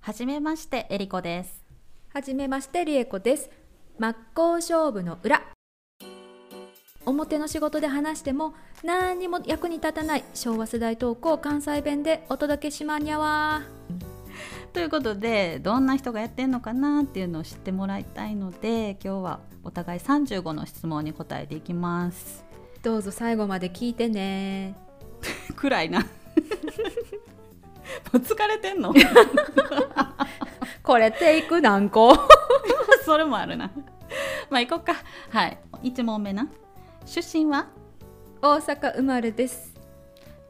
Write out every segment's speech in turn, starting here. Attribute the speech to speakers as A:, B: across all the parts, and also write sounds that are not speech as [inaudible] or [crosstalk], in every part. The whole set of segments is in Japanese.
A: はじめましてえりこです
B: はじめましてりえこです真っ向勝負の裏表の仕事で話しても何にも役に立たない昭和世代トークを関西弁でお届けしまにゃわ
A: ということでどんな人がやってんのかなっていうのを知ってもらいたいので今日はお互い35の質問に答えていきます
B: どうぞ最後まで聞いてね
A: [laughs] 暗いな [laughs] もう疲れてんの
B: これテイク何 [laughs] 個
A: [laughs] それもあるな [laughs] まあ行こうかはい1問目な出身は
B: 大阪生まれです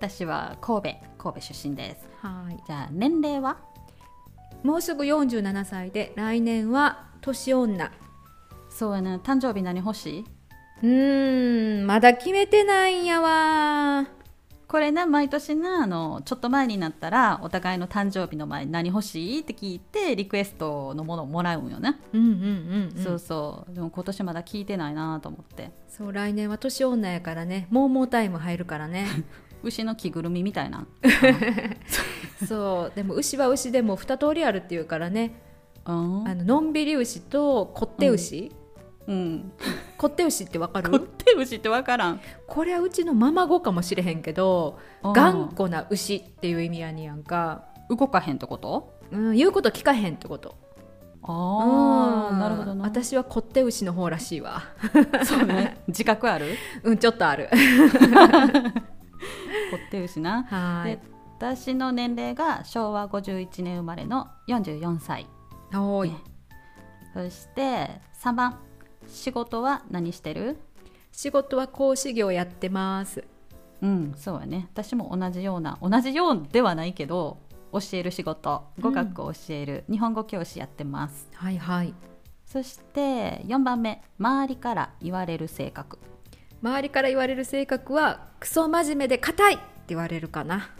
A: 私は神戸神戸出身です
B: はい
A: じゃあ年齢は
B: もうすぐ47歳で来年は年女
A: そうやな誕生日何欲しいう
B: ーんまだ決めてないんやわ
A: これな毎年なあのちょっと前になったらお互いの誕生日の前に何欲しいって聞いてリクエストのものをもらうんよね、
B: うんうんうん、そ
A: そううそうでも今年まだ聞いてないなと思って
B: そう来年は年女やからねもうもうタイム入るから [laughs] ね
A: 牛の着ぐるみみたいな
B: そうでも牛は牛でも二通りあるっていうからね
A: うん
B: あののんびり牛とこって牛、
A: うん
B: こって牛ってわか
A: こっ
B: る
A: て牛ってわからん
B: これはうちのママ語かもしれへんけど
A: うん
B: 頑固な牛っていう意味やにやんか、
A: 動かへんってこと
B: うん、言うこと聞かへんってこと
A: ああ
B: うん
A: なるほどな
B: 私はこって牛の方らしいわ [laughs]
A: そうね [laughs] 自覚ある
B: うんちょっとある
A: こって牛な
B: は
A: で
B: い
A: 私の年齢が昭和51年生まれの44歳
B: おーい
A: ねそして3番仕事は何してる
B: 仕事は講師業やってます
A: うんそうやね私も同じような同じようではないけど教える仕事語学を教える、日本語教師やってます
B: はいはい
A: そして4番目周りから言われる性格
B: 周りから言われる性格はクソ真面目で硬いって言われるかな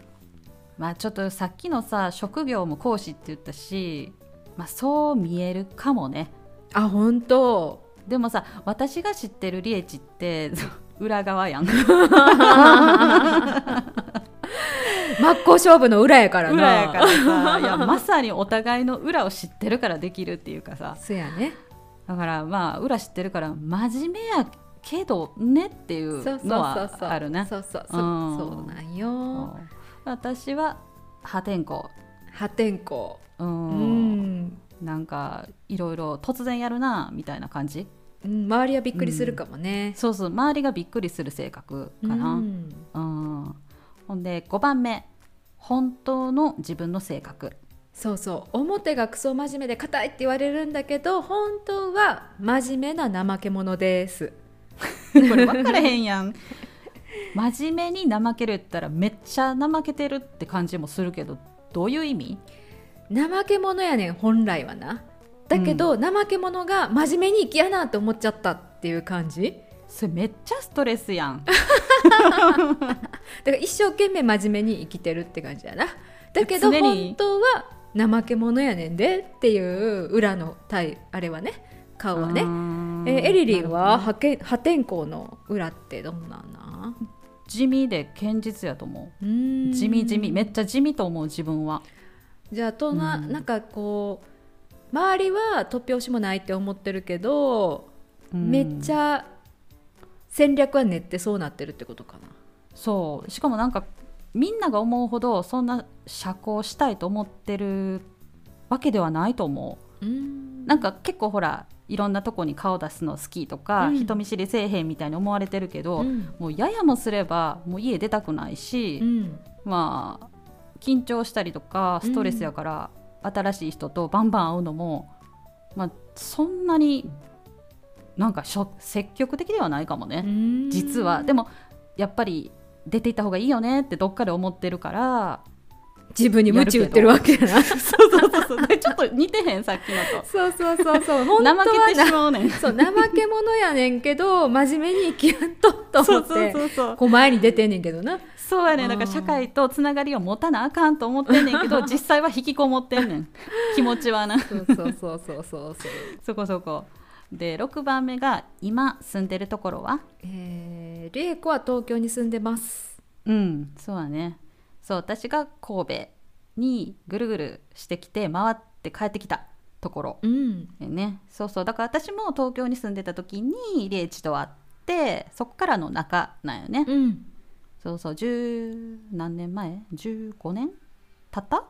A: まあちょっとさっきのさ職業も講師って言ったし、まあ、そう見えるかもね
B: あ本当
A: でもさ私が知ってるリエチって [laughs] そう裏側やん
B: 真っ向勝負の裏やからな
A: 裏やからさいやまさにお互いの裏を知ってるからできるっていうかさ
B: そやね
A: だからまあ裏知ってるから真面目やけどねってい
B: そう
A: う
B: そうそう
A: のは
B: そう
A: あるね
B: そうそうそう
A: うん
B: そうなんよ
A: うん私は破天荒
B: 破天荒
A: う
B: うんん、
A: なんかいろいろ突然やるなみたいな感じ
B: うん、周りはびっくりするかもね、
A: そうそう周りがびっくりする性格
B: う
A: かな、うん
B: ん
A: ほんで5番目本当の自分の性
B: [laughs]
A: 格
B: そうそう表がクソ真面目で硬いって言われるんだけど本当は真面目な怠け者です
A: これ分からへんやん真面目に怠けるって言ったらめっちゃ怠けてるって感じもするけどどういう意味
B: 怠け者やねん本来はなだけど、怠け者が真面目に生きやなと思っちゃったっていう感じ
A: それめっちゃストレスやん
B: だから一生懸命真面目に生きてるって感じやなだけど
A: 常に
B: 本当は怠け者やねんでっていう裏のたいあれはね顔は
A: あ
B: ね、
A: ー
B: えーエリリン
A: な
B: は
A: るほどね
B: 破け破天荒の裏ってどんなんな
A: 地味で堅実やと思
B: うー
A: うん地味地味めっちゃ地味と思う自分は
B: じゃあとな,、
A: うん
B: なんかこう周りは突拍子もないって思ってるけど、めっち
A: ゃ
B: ゃ戦略は練ってそうなってるってことかな
A: そうしかもなんかみんなが思うほどそんな社交したいと思ってるわけではないと思う
B: うん
A: なんか結構ほらいろんなとこに顔出すの好きとか、
B: うん
A: 人見知りせえへんみたいに思われてるけど、
B: うん
A: もうややもすればもう家出たくないし、
B: うん
A: まあ緊張したりとかストレスやから、新しい人とバンバン会うのも、まあ、そんなになんかしょ積極的ではないかもね、実はでもやっぱり出ていった方がいいよねってどっかで思ってるから
B: 自分に鞭打ってるわけやな
A: そうそうそうそう [laughs] でちょっと似てへんさっきのと。
B: そうそうそうそう本当はな
A: 怠けてしまうねん
B: そう怠け者やねんけど真面目に生きやんとと思って
A: そうそうそうそう
B: こう前に出てんねんけどな
A: そうやね
B: あ
A: ん
B: ー
A: だから社会とつながりを持たなあかんと思ってんねんけ [laughs] ど実際は引きこもってんねん気持ちはな
B: そうそうそうそうそうそう
A: そこそこで6番目が今住んでるところは
B: [laughs] えー、玲子は東京に住んでます
A: うんそうやねそう私が神戸にぐるぐるしてきて回って帰ってきたところ、
B: うん
A: ね、そうそうだから私も東京に住んでた時にリエチと会ってそこからの仲なんよね、
B: うん
A: そうそう十何年前15年経った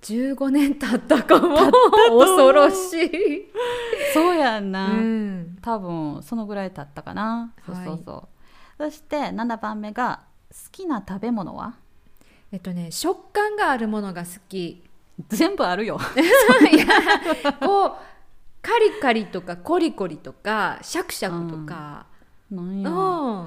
B: 15年経ったかも
A: 思う
B: 恐ろしい、
A: そうやん
B: う
A: な、
B: ん、
A: 多分そのぐらい経ったかな、
B: はい
A: そうそうそうそして7番目が好きな食べ物は
B: えっとね食感があるものが好き
A: 全部ある
B: [laughs]
A: よ
B: いやこうカリカリとかコリコリとかシャクシャクとか、
A: なん
B: う
A: や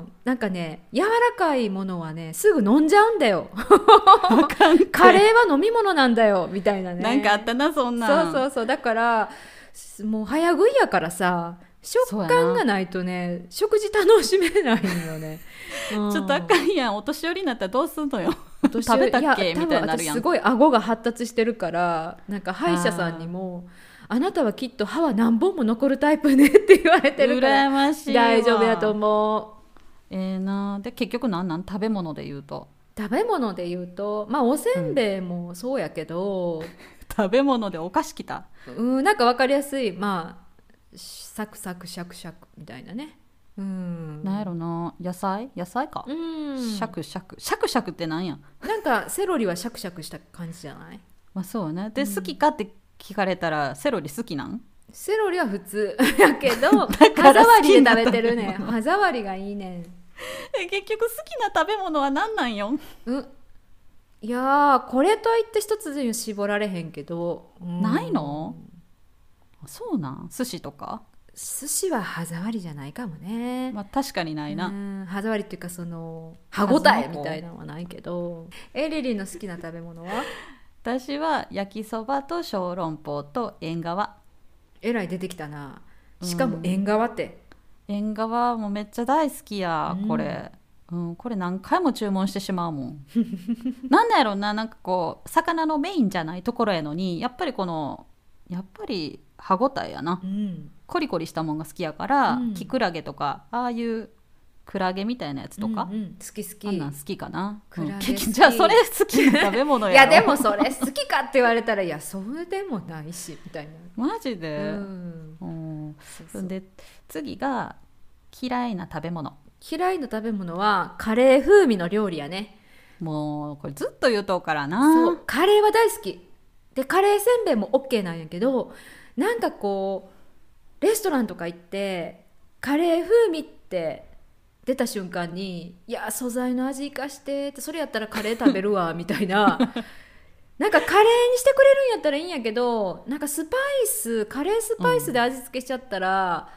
B: んなんかね柔らかいものはねすぐ飲んじゃうんだよ [laughs] カレーは飲み物なんだよみたいなね
A: なんかあったなそんな
B: そうそうそうだからすもう早食いやからさ
A: そう
B: 食
A: や
B: 感
A: な
B: がないとね食事楽しめないんよね、うん
A: ちょっとあかんやんお年寄りになったらどうすんのよ
B: 年寄り
A: 食べたっけ
B: いや
A: みたいになるやん
B: 多分私すごい顎が発達してるからなんか歯医者さんにも「あなたはきっと歯は何本も残るタイプね」って言われてるから
A: 羨ましいわ
B: 大丈夫やと思う
A: ええなで結局なんなん食べ物で言うと [laughs]
B: 食べ物で言うとまあおせんべいもそうやけど、
A: 食べ物でお菓子きた
B: うん、なんかわかりやすいまあサクサクシャクシャクみたいなねうん
A: なんやろな野菜野菜か、
B: うん
A: シャクシャクシャクシャクってなんや
B: なんかセロリはシャクシャクした感じじゃない
A: まあそうやねで、好きかって聞かれたらセロリ好きなん
B: セロリは普通 [laughs] やけど
A: か
B: 歯
A: ら
B: 触
A: 好
B: りで
A: きな
B: 食べてるね歯触りがいいねん
A: え結局好きな食べ物は何なんよ
B: うんいやーこれといって一つに絞られへんけど、うん
A: ないのそうなん寿司とか
B: 寿司は歯触りじゃないかもね、
A: まあ確かにないな、
B: うん歯触りっていうかその歯応えみたいなのはないけどえリリーの好きな食べ物は
A: 私は焼きそばと小籠包と縁側
B: えらい出てきたなしかも縁側って、
A: 縁側もめっちゃ大好きや
B: うん
A: これ、うんこれ何回も注文してしまうもん [laughs] なんだやろうななんかこう魚のメインじゃないところやのにやっぱりこのやっぱり歯ごたえやな
B: うん
A: コリコリしたもんが好きやから、
B: うん
A: キクラゲとかああいうクラゲみたいなやつとか、
B: うんうん好き好き
A: あんなん好きかな、
B: クラゲ
A: うん
B: 好き
A: [laughs] じゃあそれ好きな食べ物
B: い
A: や
B: や
A: ろ
B: でもそれ好きかって言われたらいやそうでもないしみたい
A: マジ
B: な、
A: で、
B: うん
A: うん
B: そう
A: そ
B: そ
A: ん
B: う
A: で次が嫌いな食べ物
B: 嫌いな食べ物はカレー風味の料理やね
A: もうこれずっと言うとうからな
B: そうカレーは大好きでカレーせんべいも OK なんやけどなんかこうレストランとか行ってカレー風味って出た瞬間に「いや素材の味生かして」ってそれやったらカレー食べる
A: [laughs]
B: わみたいななんかカレーにしてくれるんやったらいいんやけどなんかスパイスカレースパイスで味付けしちゃったら、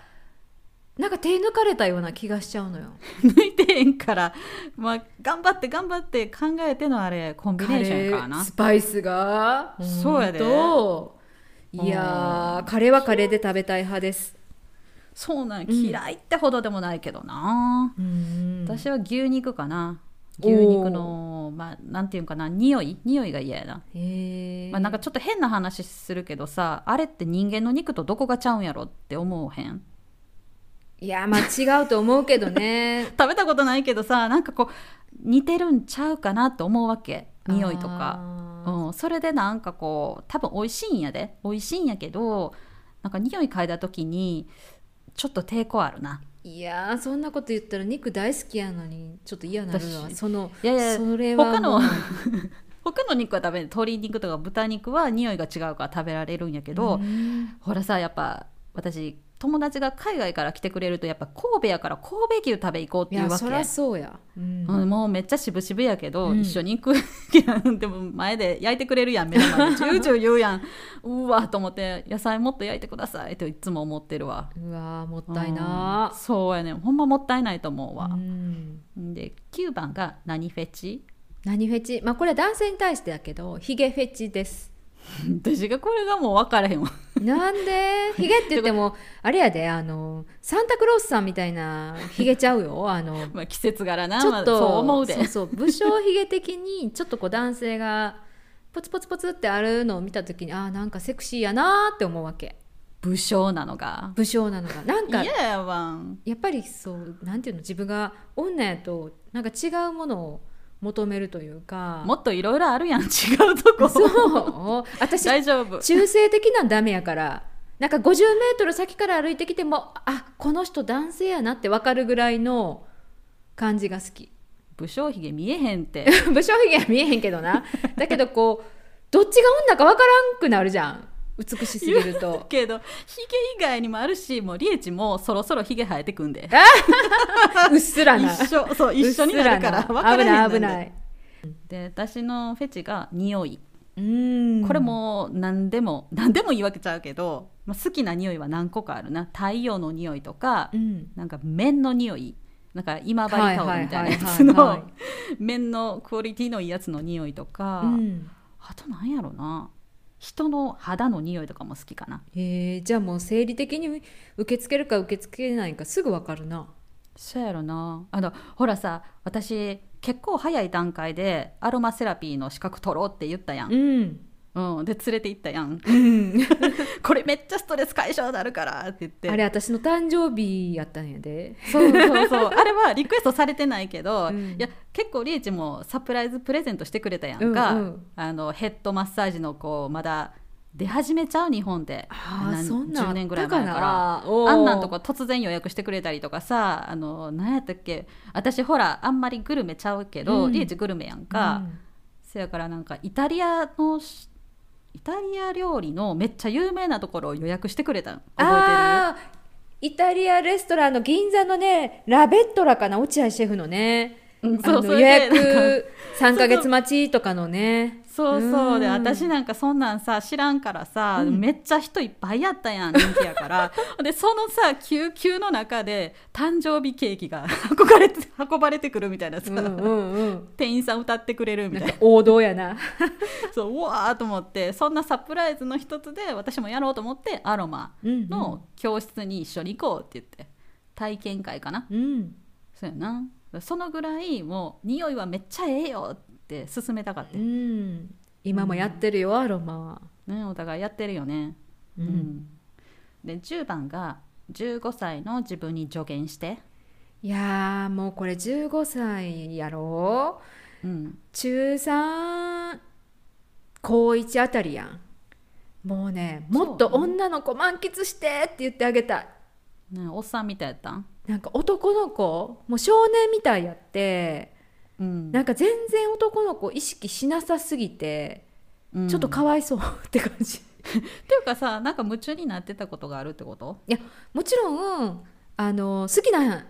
B: なんか手抜かれたような気がしちゃうのよ。
A: 抜いてへんから、まあ、頑張って頑張って考えてのあれコンビネ
B: カ
A: ーション
B: レ
A: やから
B: ー
A: な
B: スパイスが
A: そうやで
B: ほんといやーカレーはカレーで食べたい派です
A: そうなん
B: ん
A: 嫌いってほどでもないけどな、私は牛肉かな
B: お
A: 牛
B: ー
A: 肉のまあなんていうんかな匂い匂いが嫌やな、
B: へー
A: まあ、なんかちょっと変な話するけどさあれって人間の肉とどこがちゃうんやろって思うへん
B: いやまあ違うと思うけどね
A: 食べたことないけどさなんかこう似てるんちゃうかなと思うわけ [laughs] 匂いとか
B: あー
A: うん、それでなんかこう多分美味しいんやで美味しいんやけどなんか匂い嗅いだ時にちょっと抵抗あるない
B: やーそんなこと言ったら肉大好きやのにちょっと嫌なるわ
A: 私
B: その
A: いやいや
B: それは
A: 他の
B: もう
A: [laughs] 他の肉は食べ鶏肉とか豚肉は匂いが違うから食べられるんやけど、
B: うん
A: ほらさやっぱ私友達が海外から来てくれるとやっぱ神戸やから神戸牛食べ行こうっ
B: い
A: ていう
B: や
A: わけ
B: そらそうや、うん
A: うん、もうめっちゃ渋々やけど、
B: うん
A: 一緒に行くいやでも前で焼いてくれるやん目の
B: [laughs]
A: 前でジュージュー言うやんうわと思って野菜もっと焼いてくださいといつも思ってるわ
B: うわーもったいな
A: うんそうやねほんまもったいないと思う
B: う
A: わ、
B: ん
A: で9番が何フェチ [laughs]
B: 何フェチまあこれは男性に対してだけどヒゲフェチです
A: 私がこれがもう分からへんわ [laughs]
B: なんでヒゲって言ってもあれやであのサンタクロースさんみたいなヒゲちゃうよあの
A: まあ季節柄な
B: ち
A: まあ
B: ょっ
A: そ
B: と
A: う思うで
B: そうそう武将ヒゲ的にちょっとこう男性がポツポツポツってあるのを見た時にあーなんかセクシーやなーって思うわけ
A: 武将なのが
B: 武将なのがなん
A: 嫌
B: か
A: やわん
B: やっぱりそうなんていうの自分が女やとなんか違うものを求めるというか
A: もっといろいろあるやん違 [laughs] うとこ
B: そう
A: [laughs]
B: 私
A: 大丈夫
B: 中性的なんダメやからなんか5 0メートル先から歩いてきてもあこの人男性やなって分かるぐらいの感じが好き [laughs]
A: 武将髭見えへんって
B: 武将髭は見えへんけどなだけどこうどっちが女か分からんくなるじゃん美しすぎ
A: [laughs]
B: ると
A: けどヒゲ以外にもあるしもうリエチもそろそろヒゲ生えてくんで
B: うっすらな
A: 一緒そう一緒になるから
B: うっす
A: 分
B: ら
A: から
B: な危
A: へん
B: な
A: ね
B: い
A: ん
B: 危ない
A: で私のフェチが匂い
B: うん
A: これも何でも何でも言い訳ちゃうけど、まあ、好きな匂いは何個かあるな太陽の匂いとか、
B: うん
A: なんか麺の匂いなんか今治タオルみたいなやつ
B: はいはいはい
A: の
B: は
A: [laughs] 麺のクオリティのいいやつの匂いとか、
B: うん
A: あとなんやろな人の肌の匂いとかも好きかな
B: へえじゃあもう生理的に受け付けるか受け付けないかすぐ分かるな
A: そうやろなあのほらさ私結構早い段階でアロマセラピーの資格取ろうって言ったやん、
B: うん
A: うんで連れて行ったやん
B: うん
A: [laughs] これめっちゃストレス解消になるからって言って
B: あれ私の誕生日やったんやで
A: そうそうそうあれはリクエストされてないけど、
B: うん
A: いや結構リエチもサプライズプレゼントしてくれたやんか、
B: うんうん
A: あのヘッドマッサージのこうまだ出始めちゃう日本で
B: ああ
A: 何
B: そんなんあ
A: 10
B: っ
A: 年ぐら
B: た
A: い前
B: か
A: やから。
B: なおー
A: あんなんとこ突然予約してくれたりとかさあの何やったっけ私ほらあんまりグルメちゃうけど、
B: うん
A: リエチグルメやん
B: う
A: か、
B: ん
A: せやからなんかイタリアのしイタリア料理のめっちゃ有名なところを予約してくれたん覚えてる
B: あーイタリアレストランの銀座のねラベットラかな落合シェフのね、
A: うん
B: あの
A: そうそ
B: 予
A: れで [laughs]
B: 約3か月待ちとかのね
A: そうそうで
B: うん
A: 私なんかそんなんさ知らんからさ、
B: うん
A: めっちゃ人いっぱいやったやん人気やから
B: [laughs]
A: でそのさ救急の中で誕生日ケーキが [laughs] 運ばれて運ばれてくるみたいなさ、
B: うんうんうん
A: 店員さん歌ってくれるみ
B: な
A: た
B: ん
A: い
B: か王道やな
A: な [laughs] そううわーと思ってそんなサプライズの一つで私もやろうと思ってアロマの教室に一緒に行こうって言って体験会かな
B: うんうん
A: そうやなそのぐらいもう匂いはめっちゃええよって勧めたかった
B: う、ん今もやってるよアロマは
A: ねお互いやってるよね
B: うん
A: で10番が15歳の自分に助言して、
B: いやーもうこれ15歳やろ
A: うん、
B: 中3高1あたりやんもうねもっと
A: そう
B: 女の子満喫してって言ってあげたい
A: ねおっさんみたいやったん、
B: なんか男の子もう少年みたいやって
A: うん
B: なんか全然男の子意識しなさすぎて、
A: うん
B: ちょっとかわいそうって感
A: っ
B: じ
A: ていうかさなんか夢中になってたことがあるってこと
B: もちろんあの好きな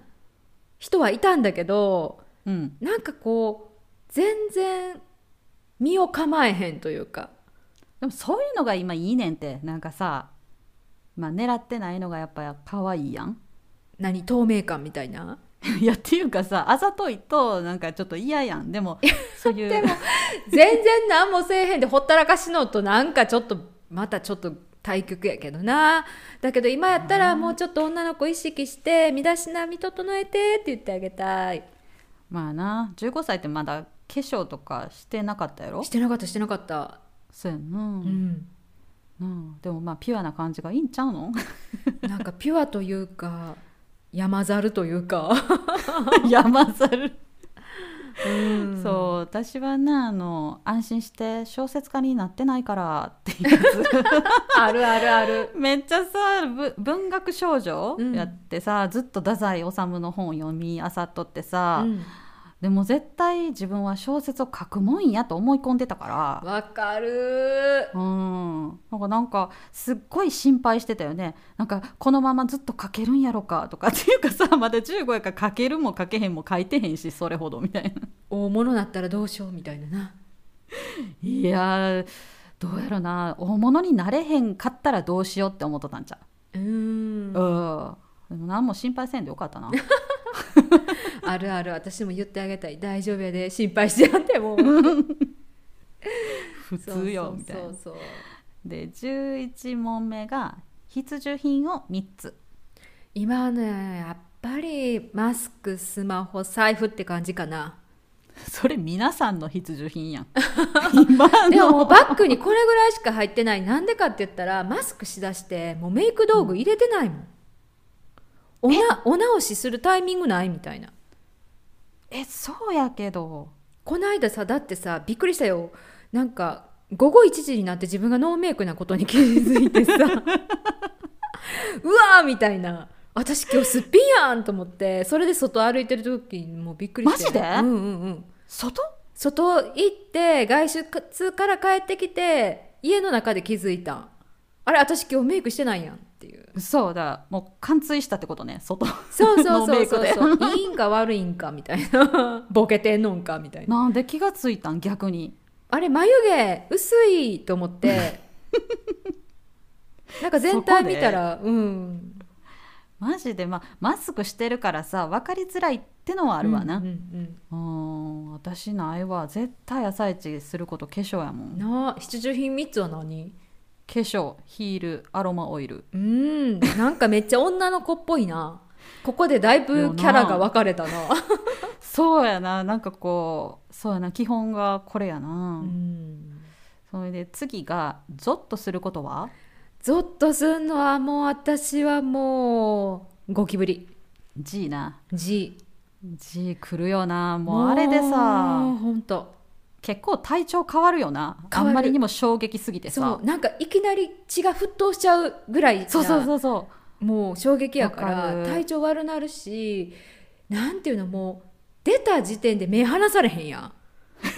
B: 人はいたんだけど
A: うん
B: なんかこう全然身を構えへんというか
A: でもそういうのが今いいねんってなんかさまあ狙ってないのがやっぱ可愛いやん [laughs]
B: 何透明感みたいない
A: やっていうかさあざといとなんかちょっと嫌やんでもそういう
B: でも全然何もせえへんでほったらかしのとなんかちょっとまたちょっと対局やけどなだけど今やったらもうちょっと女の子意識して身だしなみ整えてって言ってあげたい
A: まあな15歳ってまだ化粧とかしてなかったやろ
B: してなかったしてなかった
A: そうやんな、
B: うん
A: うん、でもまあピュアな感じがいいんちゃうの
B: なんかピュアというか山猿というか、
A: [laughs] 山猿
B: [laughs] うん
A: そう私はなあの安心して小説家になってないからっていうや
B: あるあるある
A: つめっちゃさぶ文学少女
B: うん
A: やってさ、ずっと太宰治の本を読みあさっとって
B: わ、
A: さ、でも絶対自分は小説を書くもんやと思い込んでたから。
B: かる
A: うん、なんかなんかすっごい心配してたよねなんかこのままずっと書けるんやろかとかっていうかさ [laughs] まだ15やから書けるも書けへんも書いてへんしそれほどみたいな
B: 大物なったらどうしようみたいなない
A: やーどうやろな大物になれへんかったらどうしようって思っとったんちゃ
B: う
A: う、
B: ん
A: うん、でも何も心配せんでよかったな
B: あるある私も言ってあげたい大丈夫やで心配してやんで [laughs] もう
A: 普通よみたいな
B: そうそうそう
A: で11問目が必需品を3つ [laughs]
B: 今ねやっぱりマスクスマホ財布って感じか
A: [laughs]
B: な
A: それ皆さんの必需品
B: [laughs]
A: やん今の
B: でももうバッグにこれぐらいしか入ってないなんでかって言ったらマスクしだしてもうメイク道具入れてないもん、おなお直しするタイミングないみたいな
A: えそうやけど
B: この間さだってさびっくりしたよなんか午後1時になって自分がノーメイクなことに気づいてさ [laughs] うわーみたいな私今日すっぴんやんと思ってそれで外歩いてる時にもうびっくりして
A: マジで
B: うんうんうん
A: 外
B: 外行って外出から帰ってきて家の中で気づいたんあれ私今日メイクしてないやんっていう
A: そうだもう貫通したってことね外
B: そうそう
A: ノー
B: そ
A: メ
B: う
A: イク
B: そう
A: で
B: [laughs] そういいんか悪いんかみたいなボケてんのんかみたいな
A: なんで気がついたん逆に
B: あれ眉毛薄いと思って
A: [laughs]
B: なんか全体見たらうん
A: マジでまあマスクしてるからさ分かりづらいってのはあるわな、う
B: うん
A: ん
B: うん
A: 私ないわ絶対朝一すること化粧やも
B: うんんなあ必需品3つは何
A: 化粧ヒールアロマオイル
B: うんなんかめっちゃ女の子っぽいなここでだいぶキャラが分かれたな
A: そうやななんかこうそうやな基本がこれや
B: う
A: な、
B: ん
A: それで次がゾッとすることは
B: ゾッとすんのはもう私はもうゴキブリ
A: G な
B: G
A: G 来るよなもうあれでさ
B: 本当
A: 結構体調変わるよなあ
B: 変わる
A: んまりにも衝撃すぎて
B: そ
A: さ
B: うなんかいきなり血が沸騰しちゃうぐらいな
A: そうそうそうそう
B: もう衝撃やか
A: わからる
B: 体調悪なるしなんていうのもう出た時点で目離されへんやんも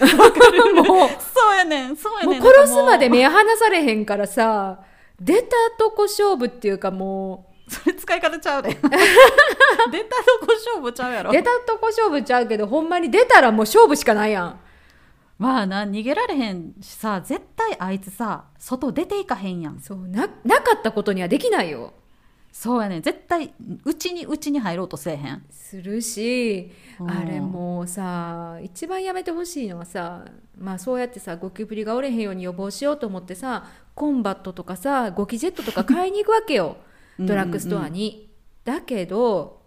B: うもう
A: そうやねんそうやねん
B: 殺すま
A: な
B: で
A: んかも
B: 目離されへんからさ出たとこ勝負っていうかも
A: うそれ使い方ち
B: [laughs]
A: ゃうで出たとこ勝負ちゃうや
B: う
A: ろ
B: 出たとこ勝負ちゃうけどほんまに出たらもう勝負しかないやん
A: まあな逃げられへんしさ絶対あいつさ外出ていかへんやん
B: そうななかったことにはできないよ
A: そうやねん絶対うちにうちに入ろうとせえへん
B: するし
A: うん
B: あれもうさ一番やめてほしいのはさまあそうやってさゴキブリが折れへんように予防しようと思ってさコンバットとかさゴキジェットとか買いに行くわけよドラッグストアに。だけど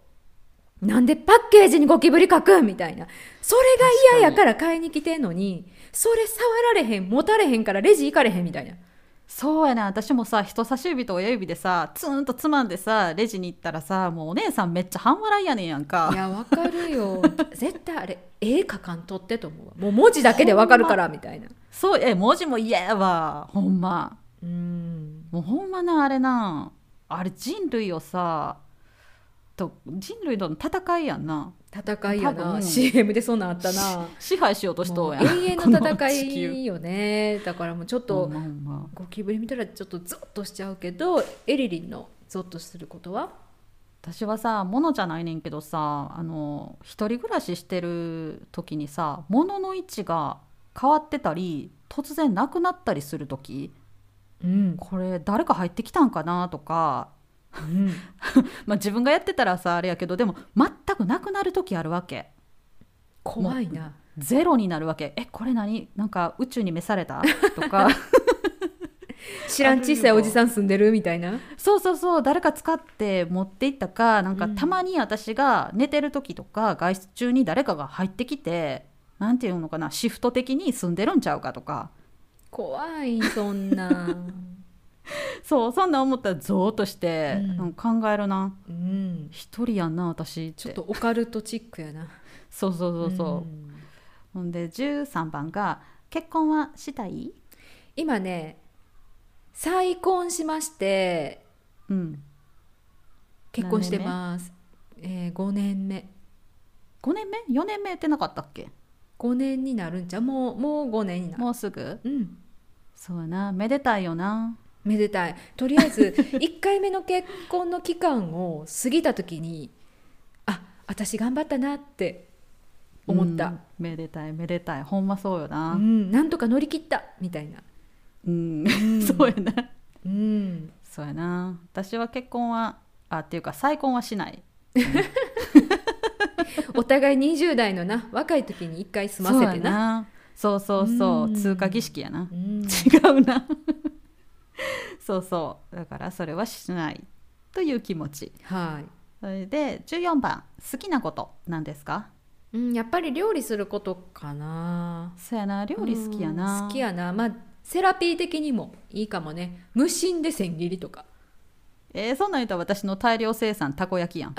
B: なんでパッケージにゴキブリ書くんみたいなそれが嫌やから買いに来てんのにそれ触られへん持たれへんからレジ行かれへんみたいな
A: そうやな私もさ人差し指と親指でさツーンとつまんでさレジに行ったらさもうお姉さんめっちゃ半笑いやねんやん
B: い
A: か
B: やわかるよ絶対あれ絵描かんとってと思うわもう文字だけでわかるからみたいな
A: そうえ文字も嫌やわほんま
B: うん
A: もうほんまなあれなあれ人類をさと人類との戦いやんな
B: 戦いや
A: 多
B: な
A: 分
B: CM でそんなんあったな
A: 支配しようとし
B: も
A: とう
B: う
A: やん
B: 永遠
A: こ
B: の戦
A: 地球
B: いよねだからもうちょっ
A: [laughs] ほ
B: と
A: んまほんま
B: ゴキブリ見たらちょっとゾッとしちゃうけどエリリンのゾッとすることは
A: 私はさ物じゃないねんけどさあの一人暮らししてる時にさ物の位置が変わってたり突然なくなったりする時
B: うん、
A: これ誰か入ってきたんかなとか、まあ、自分がやってたらさあれやけどでも全くなくなる時あるわけ
B: 怖いな
A: ゼロになるわけえこれ何なんか宇宙に召されたと
B: [laughs]
A: か
B: 知らん小さいおじさん住んでるみたいな
A: そうそうそう誰か使って持っていったかなんか
B: うん
A: たまに私が寝てる時とか外出中に誰かが入ってきてなんていうのかなシフト的に住んでるんちゃうかとか
B: 怖いそんな
A: そうそんなん思ったらゾーッとして、
B: うん
A: なんか考えるな
B: [laughs] うん
A: 一人やんな私って
B: ちょっとオカルトチックやな
A: そうそうそうそう、
B: ん
A: ほんで13番が「結婚はしたい?
B: 今ね再婚しまして」
A: うん
B: 結婚してますえー、5年目
A: 5年目4年目ってなかったっけ
B: 5年になるんちゃうもうもう5年になる
A: もうすぐ
B: うん
A: そうやなめでたいよな
B: めでたいとりあえ [laughs] ず1回目の結婚の期間を過ぎた時にあ私頑張ったなって思っ
A: う
B: た
A: ん、めでたいめでたいほんまそうよ
B: う、
A: なん
B: なんとか乗り切ったみたいな、
A: うん、[laughs]
B: ん
A: そうやな
B: うん、
A: そうやな私は結婚はあっていうか再婚はしない
B: お互い20代のな若い時に1回済ませ
A: そう
B: て
A: や
B: な
A: なそうそうそう
B: うん
A: 通過儀式やな
B: うん
A: 違うな [laughs] そうそうだからそれはしないという気持ち
B: はい
A: それで14番好きなことなんですか
B: うん、やっぱり料理することかな
A: そうやな料理好きやな、
B: うん好きやなまあセラピー的にもいいかもね無心で千切りとか
A: えーそんなん言うたら私の大量生産たこ焼きやん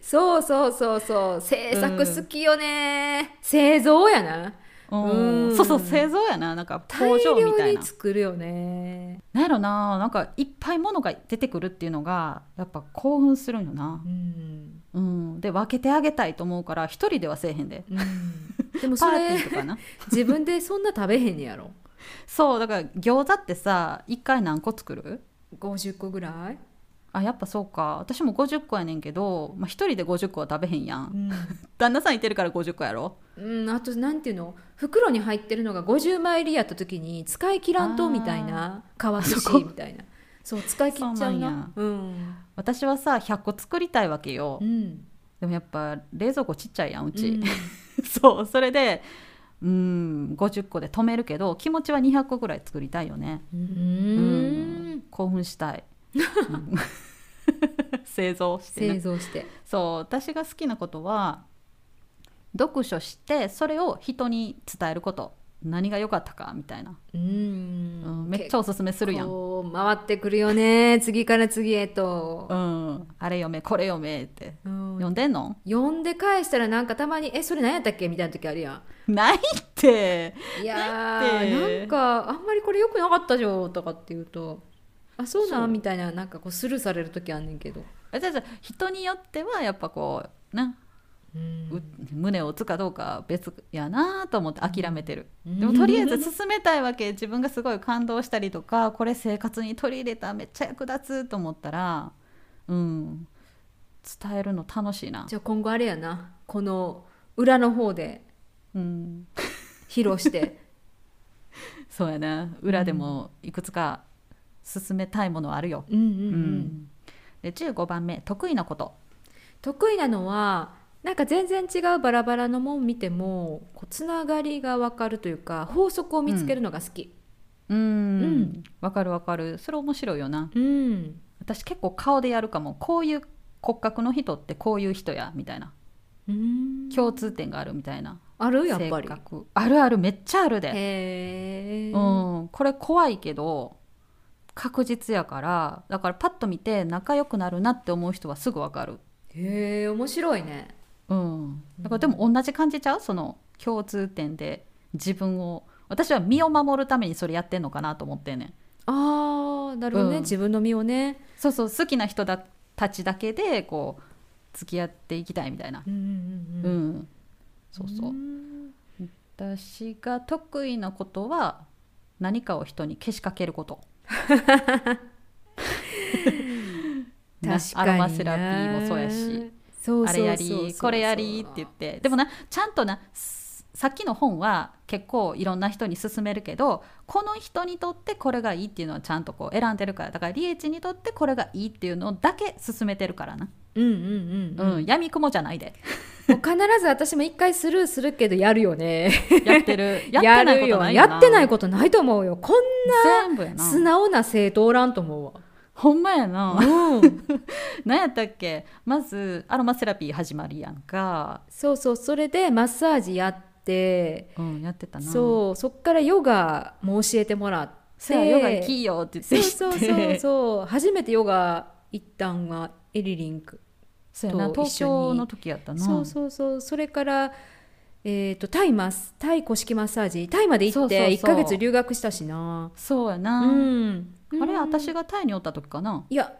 B: そうそうそうそう制作好きよね、製造やな
A: うん
B: うん
A: そうそう製造やななんか工
B: 大
A: 場みた
B: 量
A: いな
B: に作るよね、
A: なんやろななんかいっぱいものが出てくるっていうのがやっぱ興奮するんよな
B: う、ん
A: うん、で分けてあげたいと思うから一人ではせえへんで
B: [laughs] で
A: パ
B: もそ
A: ーティ
B: れ
A: ーとかな
B: 自分でそんな食べへんねやろ
A: そうだから餃子ってさ一回何個作る
B: 50個ぐらい、
A: あやっぱそうか私も50個やねんけど、まあ、一人で50個は食べへんやん
B: うん
A: 旦那さんいてるから50個やろ
B: うん、あとなんていうの袋に入ってるのが50枚入りやった時に使い切らんとみたいな乾くし
A: そこ
B: みたいなそう使い切っちゃう
A: そうなん
B: な
A: や
B: うん
A: 私はさ100個作りたいわけよ
B: うん
A: でもやっぱ冷蔵庫ちっちゃいやんう
B: う
A: ち、
B: ん
A: [laughs] そうそれでうん50個で止めるけど気持ちは200個ぐらい作りたいよね
B: う
A: うん興奮したいうん [laughs] 製造して
B: 製
A: ね
B: 造して
A: そう私が好きなことは読書してそれを人に伝えること何が良かったかみたいな、
B: うん
A: うんめっちゃおすすめするやん、
B: こう回ってくるよ [laughs] ね次から次へと
A: う、ん、あれ読めこれ読めって
B: うん、
A: 読んでんの
B: 呼んで返したらなんかたまに「えそれ何やったっけ?」みたいな時あるや
A: ない
B: [laughs]
A: って
B: んいや
A: だっ
B: ー
A: て
B: なんかあんまりこれよくなかったじゃんとかって言うと「あそうな?」
A: そうん
B: みたいななんかこうスルーされる時あんねんけど、
A: あじゃあじゃあ人によってはやっぱこうな
B: うん
A: う胸を打つかどうか別やなと思って諦めてる、
B: うん
A: でもとりあえず進めたいわけ自分がすごい感動したりとかこれ生活に取り入れためっちゃ役立つと思ったらうん伝えるの楽しいな、
B: じゃあ今後あれやなこの裏の方で
A: うん、
B: 披露して
A: そうやな裏でもいくつか進めたいものはあるよ、
B: [laughs] うんうん
A: う
B: うんん、
A: で15番目得意なこと
B: 得意なのはなんか全然違うバラバラのもん見てもこうつながりが分かるというか法則を見つけるのが好き、
A: うん
B: うん
A: わかるわかるそれ面白いよな
B: うん
A: 私結構顔でやるかもこういう骨格の人ってこういう人やみたいな
B: うん、
A: 共通点があるみたいな
B: あるやっ
A: 性
B: ぱり
A: 格あるあるめっちゃあるで、
B: へえ、
A: うん、これ怖いけど確実やからだからパッと見て仲良くなるなって思う人はすぐわかる、
B: へえ面白いね
A: うん、だからでも同じ感じちゃうその共通点で自分を私は身を守るためにそれやってんのかなと思ってんねん
B: ああなるほどね、
A: うん
B: 自分の身をね、
A: そうそう好きな人だたちだけでこう付き合っていきたいみたいな
B: うんうん
A: う
B: うん、
A: ん、そうそう私が得意なことは何かを人にけしかける
B: [laughs]
A: こと。な
B: 確
A: [laughs]
B: か
A: ア
B: に
A: ロマセラピーもそうやし
B: そうそうそうそう
A: あれやりこれやりって言ってでもなちゃんとなすさっきの本は結構いろんな人に勧めるけどこの人にとってこれがいいっていうのはちゃんとこう選んでるからだからリエチにとってこれがいいっていうのだけ勧めてるからな、
B: うんうんうん、
A: うん
B: うん、
A: 闇雲じゃないで
B: もう必ず私も一回スルーするけどやるよね
A: やって
B: [laughs]
A: る [laughs] やってない
B: る
A: こと
B: よ
A: ないよな
B: やってないことないと思うよこん
A: 全部や
B: な
A: な
B: 素直な生徒おらんと思うわ
A: ほんまや
B: [laughs]
A: な、
B: うん、
A: [laughs] 何やったっけまずアロマセラピー始まりやんか、
B: そうそうそれでマッサージやって
A: うん、やってたなう
B: そうそっからヨガも教えてもらって
A: せやヨガ行きいよって言って
B: そう
A: 行って
B: そうそうそう初めてヨガ行ったんはエリリンク
A: [laughs] そうやな
B: と一緒に
A: 東京の時やったな
B: そうそうそうそれからえー、とタイマスタイ古式マッサージタイまで行
A: そ
B: っ
A: うそうそう
B: て1ヶ月留学したしな
A: そうや
B: う
A: な、
B: ん、
A: あれ
B: うん
A: 私がタイにおった時かない
B: や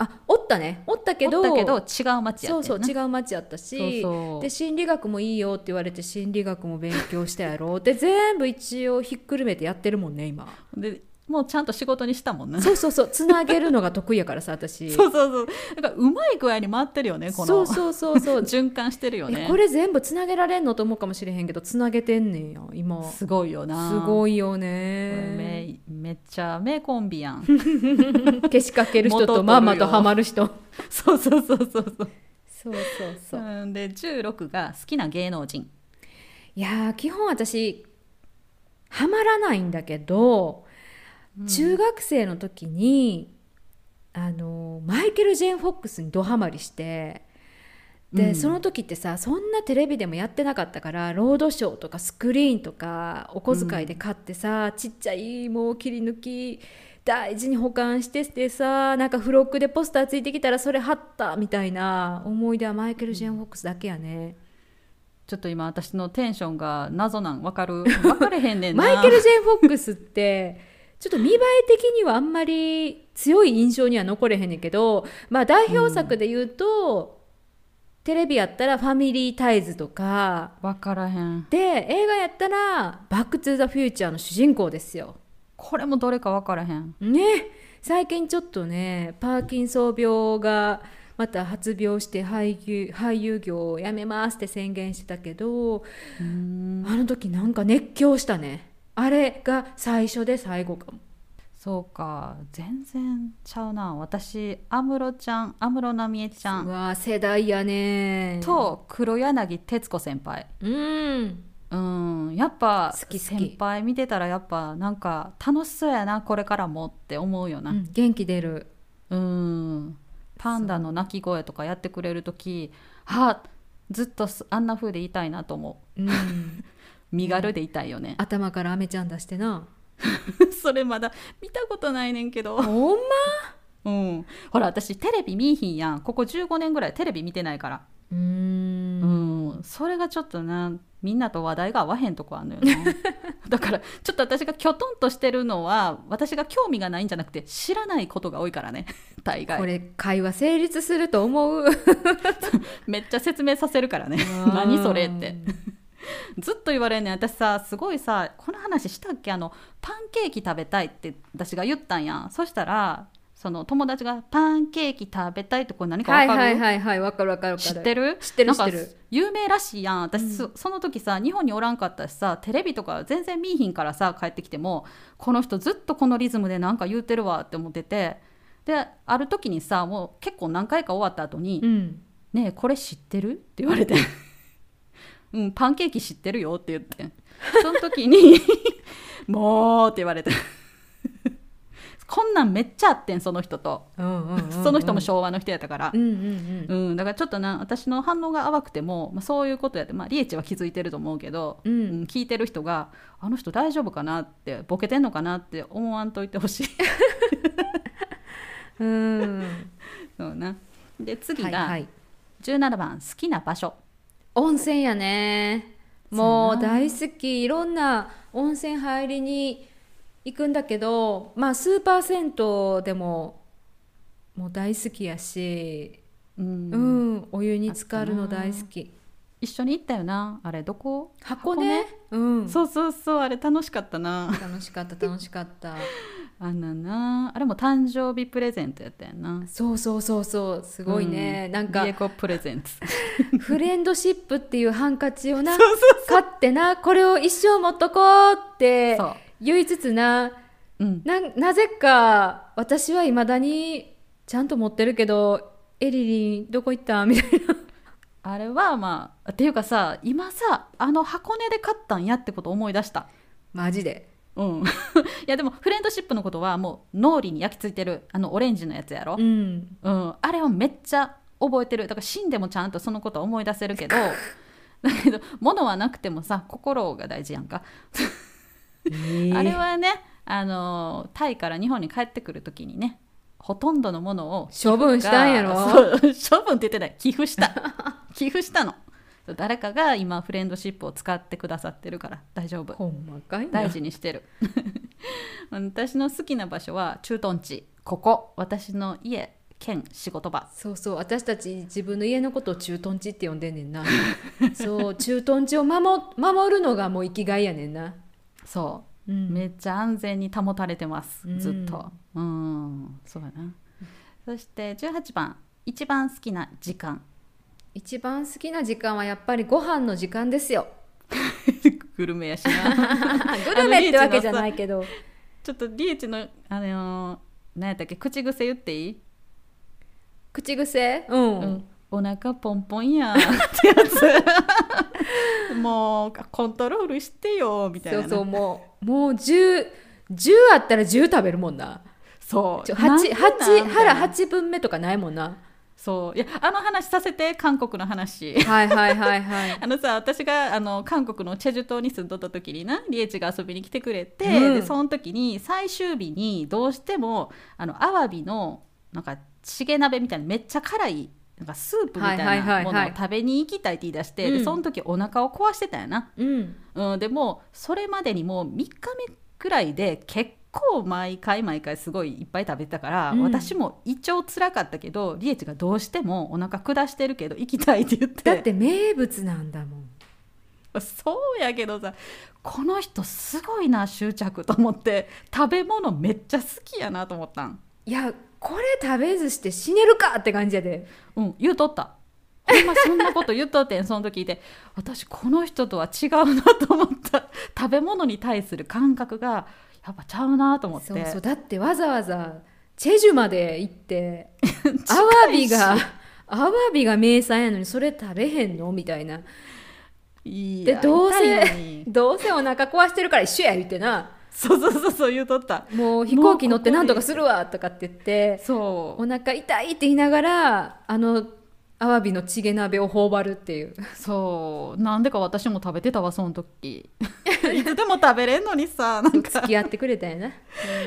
B: あおったねおったけ
A: お
B: ど
A: ったけど違う町や
B: そ
A: っ
B: う
A: た
B: そ
A: よ
B: う
A: な
B: 違う町やったし
A: そうそう
B: で心理学もいいよって言われて心理学も勉強したやろで全部一応ひっくるめてやってるもんね今
A: でもうちゃんと仕事にしたもんな
B: そうそうそうつなげるのが得意やからさ私
A: そうそうそうだからうまい具合に回ってるよねこの
B: そうそうそう [laughs] そう
A: 循環してるよ
B: え
A: ね
B: これ全部つなげられんのと思うかもしれへんけどつなげてんねんや今す
A: すごいよなこ
B: ごいよ
A: れ
B: ね
A: めめっちゃ名コンビ
B: [laughs]
A: やん
B: けしかける人
A: 元取る
B: と
A: よ
B: まんまとハマる人
A: そうそうそうそうそう
B: そうそうそう、
A: うんで16が好きな芸能人
B: いやー基本私ハマらないんだけど、中学生の時にあのマイケル・ジェーン・フォックスにドハマりしてで、
A: うん
B: その時ってさそんなテレビでもやってなかったからロードショーとかスクリーンとかお小遣いで買ってさ、ちっちゃいもう切り抜き大事に保管しててさなんか付録でポスターついてきたらそれ貼ったみたいな思い出はマイケル・ジェーン・フォックスだけやね、
A: ちょっと今私のテンションが謎なんわか
B: [laughs]
A: るわかれへんねんな
B: マイケル・ジェーン・フォックスってちょっと見栄え的にはあんまり強い印象には残れへんねんけどまあ代表作で言うと、テレビやったら「ファミリー・タイズ」とか
A: わからへん
B: で映画やったら「バック・トゥ・ザ・フューチャー」の主人公ですよ。
A: これもどれかわからへん
B: ね最近ちょっとねパーキンソン病がまた発病して俳優俳優業をやめますって宣言してたけど
A: うーん
B: あの時なんか熱狂したねあれが最初で最後かも
A: そうか全然ちゃうな私安室ちゃん安室奈美恵ちゃ
B: うんわー世代やね
A: と黒柳徹子先輩
B: うん
A: うんやっぱ
B: 好き好き
A: 先輩見てたらやっぱなんか楽しそうやなこれからもって思うよな
B: うん元気出る
A: うんパンダの鳴き声とかやってくれる時あずっとすあんな風でいたいなと思
B: うん [laughs]
A: う身軽でいたいよね、
B: 頭からアメちゃん出してな
A: [laughs] それまだ見たことないねんけど、
B: ほん
A: う
B: ま
A: ん、ほら私テレビ見いひんやんここ15年ぐらいテレビ見てないから
B: う
A: うんん、それがちょっとなみんなと話題が合わへんとこあんの [laughs] よねだからちょっと私がきょとんとしてるのは私が興味がないんじゃなくて知らないことが多いから [laughs] ね大
B: こ
A: 概
B: れ会話成立すると思う
A: めっちゃ説明させるからね [laughs] 何それってずっと言われんねん私さすごいさこの話したっけあのパンケーキ食べたいって私が言ったんやんそしたらその友達が「パンケーキ食べたい」ってこれ何か
B: は
A: 分
B: い
A: かる、
B: はいはいはいわかるわかるわか
A: 知
B: る
A: ってる
B: 知ってる
A: なん
B: 知
A: か
B: ってる
A: 有名らしいやん私、
B: うん
A: そその時さ日本におらんかったしさテレビとか全然見いひんからさ帰ってきてもこの人ずっとこのリズムでなんか言うてるわって思っててである時にさもう結構何回か終わった後に
B: うん
A: 「ねえこれ知ってる?」って言われ
B: [laughs]
A: て「うんパンケーキ知ってるよ」って言ってその時
B: [laughs]
A: に「もう」って言われてこんなんめっちゃあってんその人と
B: うんうんうんうん
A: その人も昭和の人やったから
B: うんうんうん
A: うん、だからちょっとな私の反応が淡くても、まあ、そういうことやって、まあ、リエチは気づいてると思うけど、
B: うん
A: うん聞いてる人が「あの人大丈夫かな?」ってボケてんのかなって思わんといてほしい
B: うん
A: そうなで次
B: はいは
A: が
B: い
A: 17番「好きな場所
B: 温泉やねもう大好きいろんな温泉入りに行くんだけどまあスーパー銭湯でももう大好きやし」
A: うん
B: うん、お湯に浸かるの大好き
A: 一緒に行ったよなあれどこ、
B: 箱根うん
A: そうそうそうあれ楽しかったな
B: 楽しかった楽しかった
A: あんななあれも誕生日プレゼントやったよな
B: そうそうそうそうすごいね、
A: う
B: なんか
A: リエコプレゼンツ
B: フレンドシップっていうハンカチをな
A: そうそう
B: 買ってなこれを一生持っとこうって
A: そう
B: 言いつつな
A: うん
B: ななぜか私はいまだにちゃんと持ってるけどエリリンどこ行ったみたいな
A: あれはまあっていうかさ今さあの箱根で買ったんやってこと思い出した
B: [laughs] マジで
A: うん [laughs] いやでもフレンドシップのことはもう脳裏に焼き付いてるあのオレンジのやつやろ、う
B: うんん
A: あれをめっちゃ覚えてるだから死んでもちゃんとそのことは思い出せるけ
B: [laughs]
A: どだけど物はなくてもさ心が大事やんか、あれはねあのタイから日本に帰ってくる時にねほとんどのものを
B: 処分したんやろ
A: そう処分って言ってない寄付した
B: [laughs]
A: 寄付したのそう誰かが今フレンドシップを使ってくださってるから大丈夫
B: ほんまかいな
A: 大事にしてる [laughs] 私の好きな場所は駐屯地ここ私の家兼仕事場
B: そうそう私たち自分の家のことを駐屯地って呼んでんねんな [laughs] そう駐屯地を守守るのがもう生きがいやねんな、
A: そう、
B: うん
A: めっちゃ安全に保たれてます
B: うん
A: ずっとうんそうやなそして18番一番好きな時間
B: 一番好きな時間はやっぱりご飯の時間ですよ
A: [laughs] グルメやしな
B: [laughs] グルメってわけじゃないけど
A: ちょっとリエチのあのー、何やったっけ口癖言っていい
B: 口癖うん、
A: うん、お腹ポンポンやってやつ [laughs] もうコントロールしてよみたいな
B: そう
A: な
B: そうもうもう1010あったら10食べるもんな
A: そう
B: ちょ
A: なんで
B: 8
A: なん
B: 八
A: みたい
B: 腹
A: な
B: 8分目とかないもんな
A: そういやあの話させて韓国の話
B: はいはいはいはい
A: あのさ私があの韓国のチェジュ島に住んどった時になリエチが遊びに来てくれて、
B: うん
A: でその時に最終日にどうしてもあのアワビのなんかチゲ鍋みたいなめっちゃ辛いなんかスープみたい
B: はいはいは
A: ないも
B: はい
A: のを食べに行きたいって言い出して、
B: うん
A: でその時お腹を壊してたよな、
B: うん
A: うん、でもそれまでにもう3日目くらいで結構毎回毎回すごいいっぱい食べてたから、
B: うん
A: 私も胃腸つらかったけどリエチがどうしてもお腹下してるけど行きたいって言って
B: だって名物なんだもん
A: [laughs] そうやけどさこの人すごいな執着と思って食べ物めっちゃ好きやなと思ったん、
B: いやこれ食べずして死ねるかって感じやで
A: うん、言うとったほんまそんなこと言っとってんその時で私この人とは違うなと思った食べ物に対する感覚がやっぱちゃうなと思って
B: そうそうだってわざわざチェジュまで行って
A: [laughs]
B: ア
A: し
B: ワビがアワビが名産やのにそれ食べへんのみたいないで
A: や
B: どうせ
A: 痛いのに
B: どうせお腹壊してるから一緒や言ってな
A: そうそうそうそう言うとった
B: もう飛行機乗ってなんとかするわとかって言って
A: そう
B: お腹痛いって言いながらあのアワビのチゲ鍋を頬張るっていう
A: そうなんでか私も食べてたわその
B: [laughs]
A: 時いつでも食べれんのにさなんか
B: 付き合ってくれたよな
A: い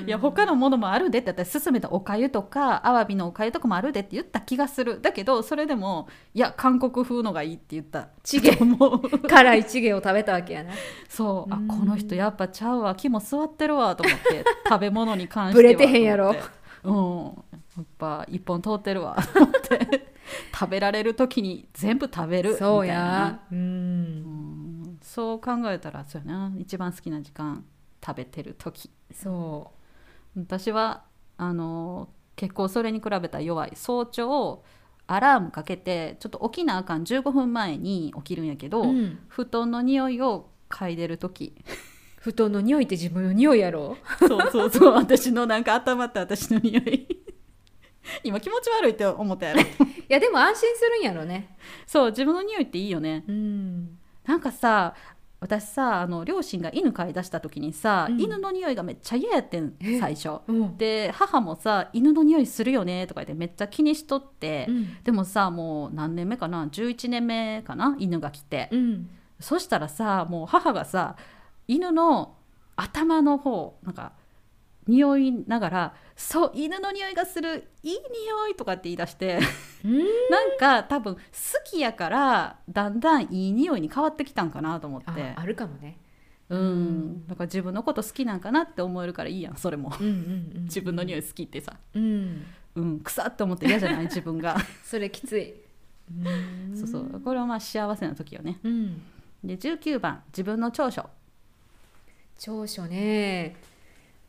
A: や他のものもあるでって私勧めたおかゆとかアワビのおかゆとかもあるでって言った気がするだけどそれでもいや韓国風のがいいって言った
B: チゲ
A: と思
B: [laughs]
A: う
B: 辛いチゲを食べたわけやな
A: そうあ
B: うん
A: この人やっぱちゃうわ気も座ってるわと思って
B: [laughs]
A: 食べ物に関して
B: ぶ
A: は
B: れてへんやろ
A: と思ってうんやっぱ一本通ってるわと思って [laughs] 食べられる時に全部食べるみたいな
B: そうやう
A: うんんそう考えたらそうやな一番好きな時間食べてる時
B: そ
A: 私はあの結構それに比べたら弱い早朝アラームかけてちょっと起きなあかん15分前に起きるんやけど、
B: う、うん、
A: 布団の匂いを嗅いでる時
B: 布団の匂いって自分の匂いやろ
A: そう [laughs] そうそう私のなんか頭って私の匂い [laughs] 今気持ち悪いって思ったやろ
B: いやでも安心するんやろね
A: そう自分の匂いっていいよね
B: うん
A: なんかさ私さあの両親が犬飼い出した時にさ、
B: うん
A: 犬の匂いがめっちゃ嫌やってん
B: え
A: 最初
B: うん
A: で母もさ犬の匂いするよねとか言ってめっちゃ気にしとって、
B: うん
A: でもさもう何年目かな11年目かな犬が来て、
B: うん
A: そしたらさもう母がさ犬の頭の方なんか匂いながら「そう犬の匂いがするいい匂い」とかって言い出してなんか多分好きやからだんだんいい匂いに変わってきたんかなと思っ
B: あ
A: て
B: あるかもね
A: うんだから自分のこと好きなんかなって思えるからいいやんそれも
B: うんうん、うん、
A: 自分の匂
B: い
A: い好きってさ
B: うん
A: うん臭って思って嫌じゃない自分が
B: それきつい
A: そうそうこれはまあ幸せな時よね
B: うん
A: で19番自分の長所
B: 長所ね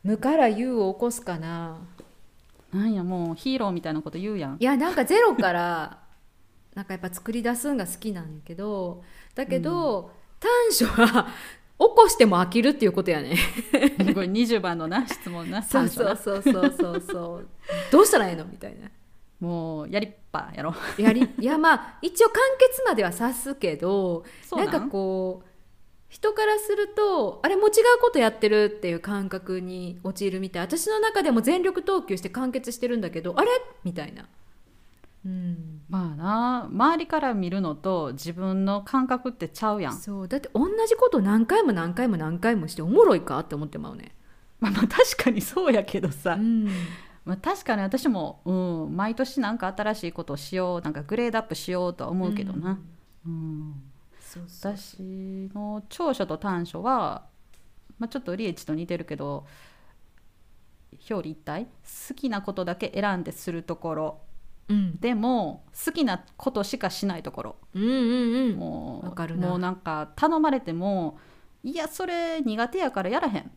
B: 無から有を起こすかな
A: なんやもうヒーローみたいなこと言うやん [laughs]
B: いやなんかゼロからなんかやっぱ作り出すんが好きなんやけどだけど、短所は起こしても飽きるっていうことやね
A: これ20番のな質問な
B: そう
A: [laughs] 短所
B: そう
A: な
B: そうそうそうそうどうしたらいいのみたいな
A: もうやりっぱやろ [laughs]
B: やりいやまあ一応完結までは察すけど
A: そう
B: なん
A: なん
B: かこう人からするとあれもう違うことやってるっていう感覚に陥るみたい私の中でも全力投球して完結してるんだけどあれみたいなうん
A: まあな周りから見るのと自分の感覚ってちゃうやん
B: そうだって同じこと何回も何回も何回もしておもろいかって思ってまうね
A: まあ、まあ確かにそうやけどさ、
B: うん
A: まあ、確かに私も、うん、毎年なんか新しいことをしようなんかグレードアップしようとは思うけどな、うん
B: そうそう
A: 私の長所と短所は、まあ、ちょっとリエチと似てるけど表裏一体好きなことだけ選んでするところ
B: うん
A: でも好きなことしかしないところ
B: うんうんうん
A: もう
B: わかるな
A: もうなんか頼まれてもいやそれ苦手やからやらへん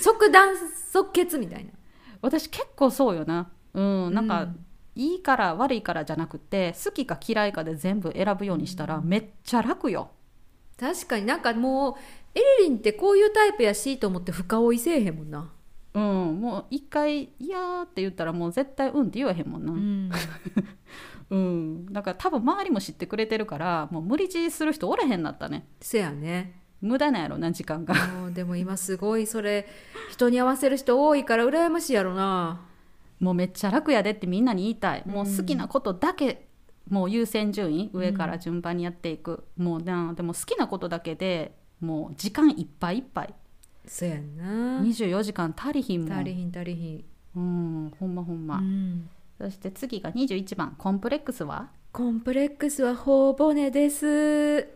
B: 即断即決みたいな
A: 私結構そうよなうんなんか、
B: うん
A: いいから悪いからじゃなくて好きか嫌いかで全部選ぶようにしたらめっちゃ楽よ、
B: 確かになんかもうエリリンってこういうタイプやしと思って深追いせえへんもんな、
A: うん、もう一回「いやー」って言ったらもう絶対「うん」って言わへんもんな、
B: ん、
A: [laughs] うん、だから多分周りも知ってくれてるからもう無理強いする人おらへんなったね
B: せやね
A: 無駄なんやろな時間が [laughs]
B: もうでも今すごいそれ人に合わせる人多いから羨ましいやろな
A: もうめっちゃ楽やでってみんなに言いたいもう
B: うん
A: 好きなことだけもう優先順位上から順番にやっていく、もうなでも好きなことだけでもう時間いっぱいいっぱい
B: そうやんな
A: 24時間足りひんもん
B: 足りひん足りひん、
A: うんほんまほんま、
B: うん
A: そして次が21番コンプレックスは
B: コンプレックスは頬骨です
A: え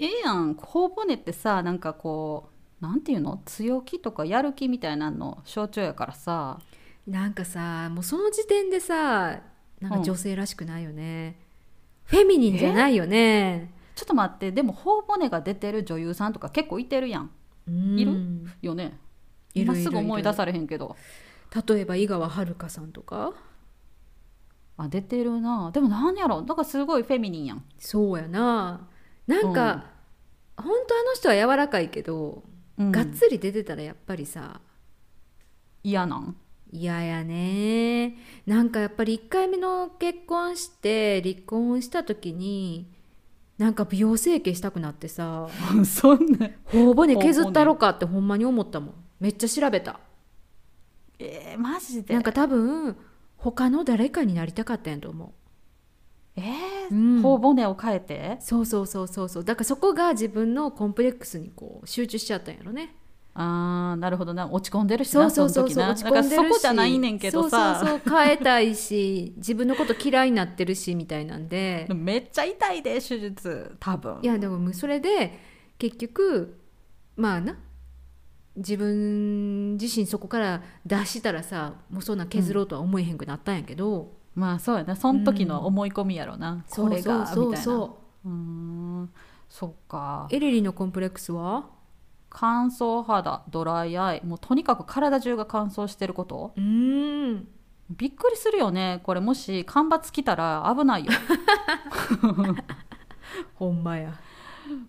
A: えやん頬骨ってさなんかこうなんていうの強気とかやる気みたいなの象徴やからさ
B: なんかさもうその時点でさなんか
A: うん
B: 女性らしくないよね、フェミニンじゃないよね
A: ちょっと待ってでも頬骨が出てる女優さんとか結構いてるやん
B: い
A: いるよね
B: いる
A: 今
B: いる
A: すぐ思い
B: いる
A: 出されへんけど
B: 例えば井川遥さんとか
A: あ出てるなでもなんやろなんかすごいフェミニンやん
B: そうやななんか、本当あの人は柔らかいけど、
A: うん
B: がっつり出てたらやっぱりさ
A: 嫌なん [laughs]
B: 嫌やねなんかやっぱり1回目の結婚して離婚した時になんか美容整形したくなってさ
A: そんな
B: 頬骨削ったろかってほんまに思ったもんめっちゃ調べた
A: えー、マジで
B: なんか多分他の誰かになりたかったんやと思
A: えー
B: う、うん
A: 頬骨を変えて
B: そうそうそうそうそうだからそこが自分のコンプレックスにこう集中しちゃったんやろね
A: あーなるほどな落ち込んでるし
B: そ
A: な
B: うそうそうそう
A: の
B: 落
A: 時
B: ち
A: な
B: 込ん
A: だ
B: で
A: から
B: るし
A: そこじゃないねんけどさ
B: そうそうそう変えたいし自分のこと嫌いになってるしみたいなんで
A: でもめっちゃ痛いで手術多分
B: [laughs] いやでもそれで結局まあな自分自身そこから出したらさもうそんなん削ろうとは思えへんくなったんやけど、
A: まあそうやなその時の思い込みやろな、これが
B: そうそ
A: み
B: う
A: たいな
B: そうう
A: ーんそっか
B: エリリのコンプレックスは
A: 乾燥肌ドライアイもうとにかく体中が乾燥してること
B: うーん
A: びっくりするよねこれもし干ばつ来たら危
B: [laughs]
A: ないよ
B: ほんまや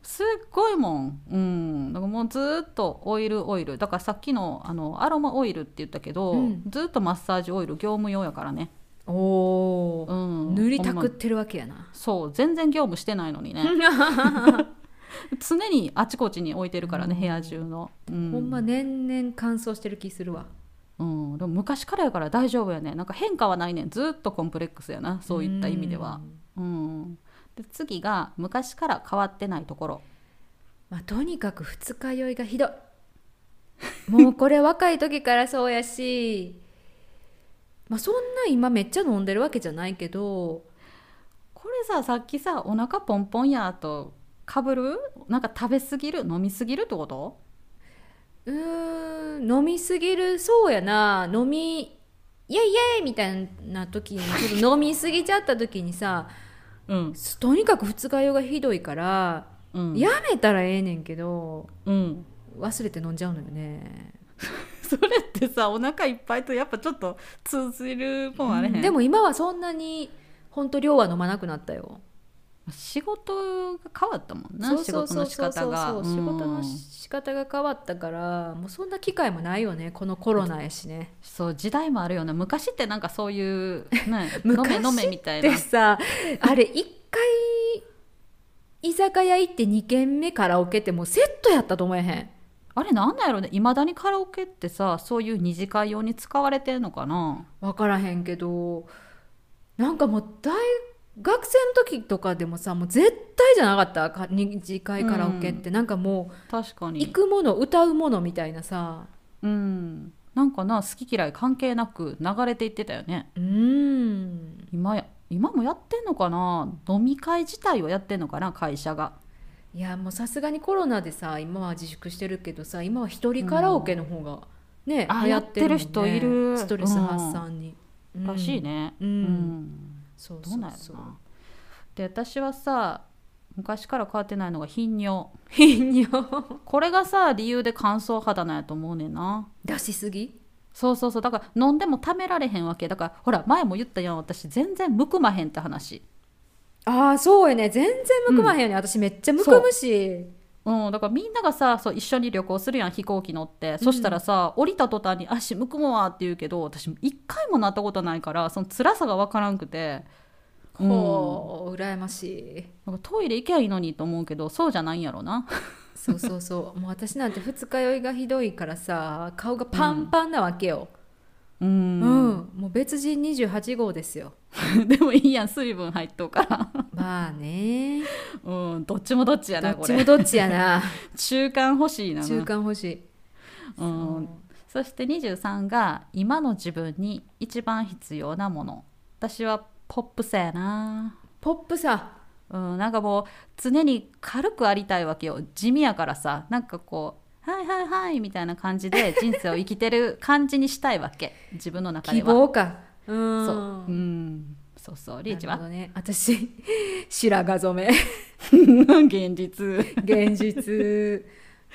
A: すっごいもんうんだからもうずーっとオイルオイルだからさっきのあのアロマオイルって言ったけど、
B: うん
A: ずーっとマッサージオイル業務用やからね、
B: おお
A: う
B: ー、
A: ん、
B: 塗りたく
A: ほ
B: っ
A: んま
B: てるわけやな
A: そう全然業務してないのに
B: [laughs]
A: ね常にあちこちに置いてるからね、
B: うん
A: 部屋中の、うん、
B: ほんま年々乾燥してる気するわ
A: うん、でも昔からやから大丈夫やねなんか変化はないねんずーっとコンプレックスやなそういった意味では
B: う。ん
A: うん、で次が昔から変わってないところ
B: まあ、とにかく二日酔いがひどいもうこれ若い時からそうやしまあそんな今めっちゃ飲んでるわけじゃないけど
A: これささっきさお腹ポンポンやとかぶるなんか食べ過ぎる飲み過ぎるってこと
B: うーん飲みすぎるそうやな飲みイエイイエイみたいな時にちょっと飲みすぎちゃった時にさ
A: うん、
B: とにかく二日酔いがひどいから
A: うん、
B: やめたらええねんけど
A: うん、
B: 忘れて飲んじゃうのよね
A: それってさお腹いっぱいとやっぱちょっと通じるもんあれへん、
B: でも今はそんなにほんと量は飲まなくなったよ
A: 仕事が変わったもんな
B: そう
A: 仕
B: そう
A: 事
B: そう
A: の仕
B: そう
A: 方が
B: そうそう仕事
A: う
B: の
A: ん
B: 仕方が変わったからもうそんな機会もないよねこのコロナやしね、
A: そう時代もあるよね昔ってなんかそういう、ね飲
B: [laughs] 昔
A: め飲めみたいな
B: でさあれ一回居酒屋行って2軒目カラオケってもうセットやったと思えへん
A: あれなんなんやろねいまだにカラオケってさそういう二次会用に使われてんのかな
B: 分からへんけどなんかもう大学生の時とかでもさもう絶対じゃなかったか二次会カラオケって、なんかも
A: 確か
B: う行
A: に
B: くもの歌うものみたいなさ
A: うんなんかな好き嫌い関係なく流れていってたよね
B: うん
A: 今や今もやってんのかな飲み会自体をやってんのかな会社が
B: いやもうさすがにコロナでさ今は自粛してるけどさ今は一人カラオケの方がね、
A: あ
B: 流行もんね
A: やってる人いる
B: ストレス発散に、うん
A: らしいね
B: うん、
A: うん、
B: そう
A: ど
B: そうう
A: なんや
B: そ
A: ろ
B: う [laughs]
A: なで私はさ昔から変わってないのが頻尿
B: 頻尿
A: これがさ理由で乾燥肌なんやと思うねんな
B: 出しすぎ
A: そうそうそうだから飲んでもためられへんわけだからほら前も言ったやん私全然むくまへんって話
B: ああそうやね全然むくまへんよね、私めっちゃむくむし
A: うん、だからみんながさそう一緒に旅行するやん飛行機乗って、そしたらさ降りた途端に足むくもわって言うけど私一回もなったことないからその辛さが分からんくて、うん
B: ほう羨ましい
A: なんかトイレ行けばいいのにと思うけどそうじゃないんやろな
B: そうそ
A: [laughs]
B: うそうもう私なんて二日酔いがひどいからさ顔がパンパンなわけよ、
A: う [laughs]
B: うんんもう別人28号ですよ
A: でもいいやん水分入っとうから
B: まあね
A: うんどっちもどっ [laughs] ちや
B: ど
A: な
B: っ
A: こ
B: ちも
A: れ
B: どっち
A: [laughs]
B: やな
A: 中間欲しいな
B: 中間欲しい、
A: うん、そして23が今の自分に一番必要なもの私はポップさやな
B: ポップさ
A: うん、なんかもう常に軽くありたいわけよ地味やからさなんかこう「はいはいはい」みたいな感じで人生を生きてる感じにしたいわけ自分の中
B: 希
A: では
B: 望かうん
A: そう、うん、そうそうリーチ
B: な
A: は
B: るほどね私白髪染め
A: [laughs] 現実
B: 現実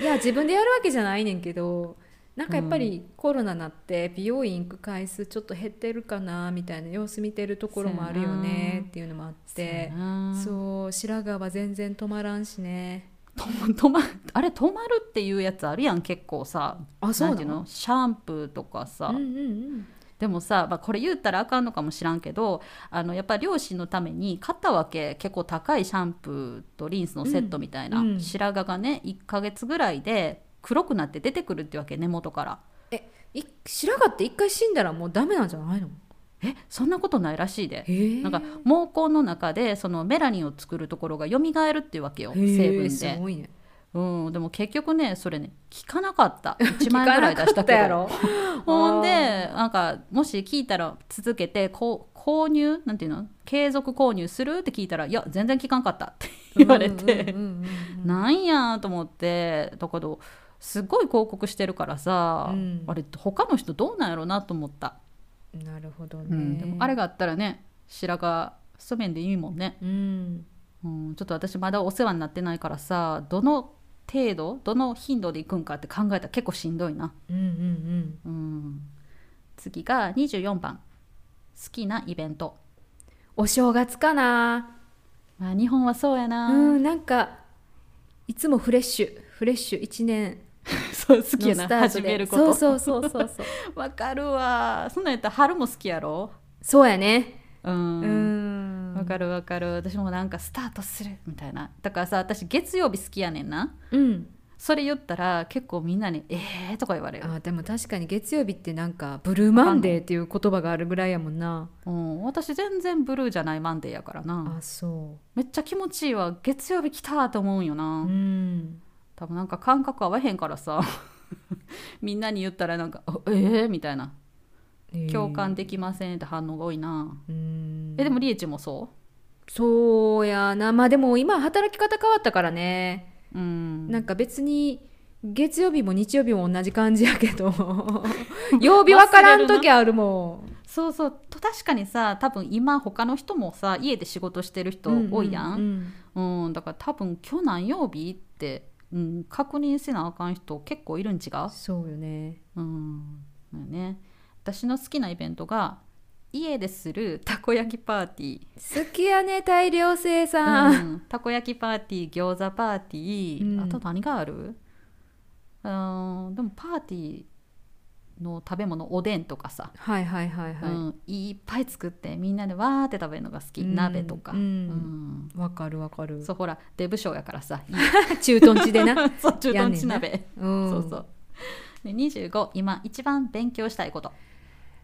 B: いや自分でやるわけじゃないねんけどなんかやっぱりコロナなって美容院行く回数ちょっと減ってるかなみたいな様子見てるところもあるよ
A: そうや
B: ね
A: な
B: っていうのもあって
A: でそう
B: そう白髪は全然止まらんしね
A: 止まあれ止まるっていうやつあるやん結構さ
B: あそうな
A: ていう
B: の
A: のシャンプーとかさ、
B: うんうん
A: でもさ、まあ、これ言ったらあかんのかもしらんけどあのやっぱ両親のために買ったわけ結構高いシャンプーとリンスのセットみたいな、
B: うんうん
A: 白髪がね1ヶ月ぐらいで黒くなって出てくるってわけ根元から
B: うんい白髪って一回死んだらもうダメなんじゃないの
A: えそんなことないらしいで
B: へえ
A: なんか毛根の中でそのメラニンを作るところが蘇るっていうわけよ
B: へえ
A: 成分
B: す
A: で、
B: ごいね
A: うん、でも結局ねそれね効かなかった1
B: 聞
A: 万円
B: か
A: ぐら
B: ない
A: 出
B: か
A: し
B: ったた
A: けど
B: やろ
A: ほんでなんかもし聞いたら続けてこう購入なんていうの継続購入するって聞いたら「いや全然聞かんかった」って言われて、
B: うんうんうんうん
A: なんやと思ってだけどすごい広告してるからさ、
B: うん
A: あれ他の人どうなんやろなと思った、
B: うんなるほどね、
A: うんでもあれがあったらね白髪そうめんでいいもんね、
B: うん
A: うん、ちょっと私まだお世話になってないからさどの程度どの頻度で行くんかって考えたら結構しんどいな
B: うんうん
A: うん、次が24番好きなイベント、
B: お正月かな
A: まあ、日本はそうや
B: う
A: な、
B: んなんかいつもフレッシュフレッシュ一年
A: そう好き
B: の
A: や
B: ス
A: な
B: タート
A: 始め
B: で
A: るこ
B: そう
A: と
B: そうそうそうそう
A: わかるわそんなんやったら春も好きやろ
B: そうやね
A: う
B: うんん
A: わかるわかる私もなんかスタートするみたいなだからさ私月曜日好きやねんな
B: うん
A: それ言ったら結構みんなに「えー」とか言われる、
B: あでも確かに月曜日ってなんかブルーマンデーっていう言葉があるぐらいやもんな
A: うん、私全然ブルーじゃないマンデーやからな
B: あそ
A: めっちゃ気持ちいいわ月曜日来たと思うんよな、
B: ううん
A: 多分なんか感覚合わへんからさ [laughs] みんなに言ったらなんか「あえー?」みたいな「共感できません」って反応が多いな、
B: うん
A: えでもリエチもそ
B: そうやなまあでも今働き方変わったからね
A: ううん
B: なんか別に月曜日も日曜日も同じ感じやけ
A: [laughs]
B: ど曜日分からん時あるもん
A: そうそうと確かにさ多分今他の人もさ家で仕事してる人多いや、
B: うんん
A: うんだから多分今日何曜日って、うん、確認せなあかん人結構いるん違う
B: そうよね
A: うんだよね私の好きなイベントが家でするたこ焼きパーティー
B: 好きやね大量生産、
A: うん、たこ焼きパーティー餃子パーティー、
B: うん
A: あと何があるうんでもパーティーの食べ物おでんとかさ、
B: はいはいはいはい、
A: うん、いっぱい作ってみんなでわーって食べるのが好き、
B: うん
A: 鍋とか、
B: う
A: うんん
B: わかるわかる
A: そうほらデブ賞やから
B: [laughs]
A: さ
B: 駐屯地でな、
A: [laughs] そう中
B: やん
A: 東地
B: ねんな
A: 鍋、
B: うん、
A: そうそうで25今一番勉強したいこと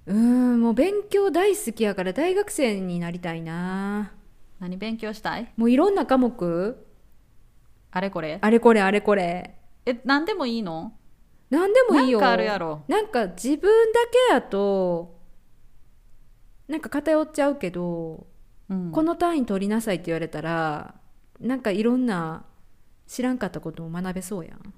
B: うんもう勉強大好きやから大学生になりたいな
A: 何勉強したい
B: もういろんな科目
A: あれこれ
B: あれこれあれこれ
A: え何でもいいの
B: 何でもいいよ
A: なんかあるやろ
B: なんか自分だけやとなんか偏っちゃうけど、
A: うん
B: この単位取りなさいって言われたらなんかいろんな知らんかったことも学べそうやん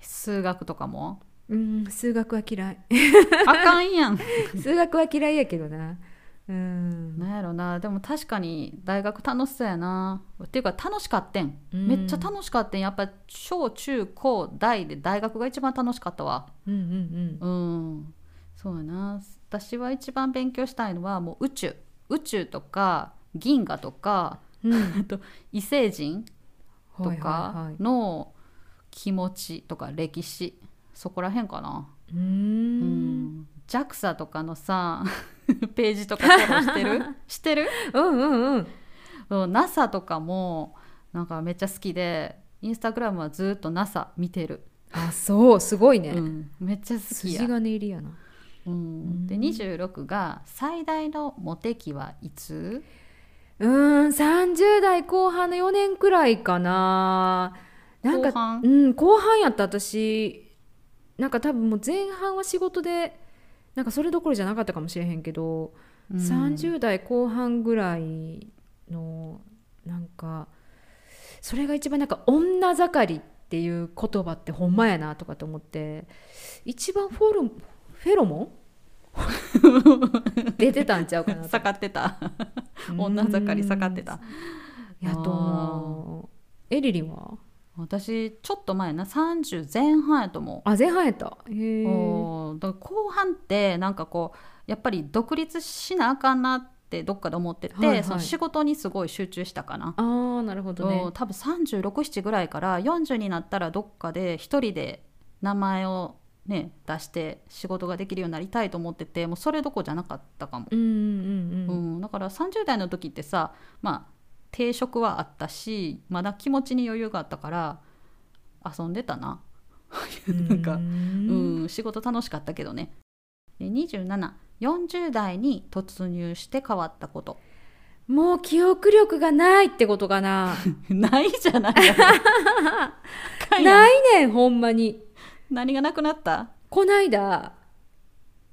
A: 数学とかも
B: うん数学は嫌い [laughs]
A: あかんやん [laughs]
B: 数学は嫌いやけどなうん
A: なんやろなでも確かに大学楽しそうやなっていうか楽しかってん、
B: うん
A: めっちゃ楽しかってんやっぱ小中高大で大学が一番楽しかったわ
B: うんうん
A: うんそうやな私は一番勉強したいのはもう宇宙宇宙とか銀河とか
B: うんうん
A: [laughs] あと異星人とかの気持ちとか歴史そこら辺かな
B: うー
A: うんん JAXA とかのさ [laughs] ページとかフォローして
B: [laughs]
A: るしてる
B: うんうんうん
A: そう NASA とかもなんかめっちゃ好きでインスタグラムはずっと NASA 見てる、
B: あそうすごいね、
A: うん、めっちゃ好きや
B: 筋金入りやな
A: うん、で
B: うん
A: 26が「最大のモテ期はいつ?
B: うーん30代後半の4年くらいかななんか
A: 後半
B: うん、後半やった私なんか多分もう前半は仕事でなんかそれどころじゃなかったかもしれへんけど、
A: うん」 [laughs]
B: 30代後半ぐらいのなんかそれが一番なんか女盛りっていう言葉ってほんまやなとかと思って一番フォルフェロモン [laughs] 出てたんちゃうかなと
A: 下がってた女盛り下がってた
B: やと思うエリリンは
A: 私ちょっと前やな30前半やと思う
B: あ前半やったへえ
A: おーだから後半ってなんかこうやっぱり独立しなあかんなってどっかで思ってて、
B: はいはい
A: その仕事にすごい集中したかな。
B: あーなるほど
A: お
B: ね
A: 多分367ぐらいから40になったらどっかで一人で名前をね出して仕事ができるようになりたいと思っててもうそれどころじゃなかったかも、
B: うんうん
A: う
B: うん
A: んだから30代の時ってさまあ定職はあったしまだ気持ちに余裕があったから遊んでたな。
B: うん [laughs]
A: なんか
B: うん
A: うん、仕事楽しかったけどね。で2740代に突入して変わったこと [laughs]
B: もう記憶力がないってことかな
A: ないじ
B: [laughs]
A: ゃないいやん
B: ないねんほんまに
A: 何がなくなった、
B: こないだ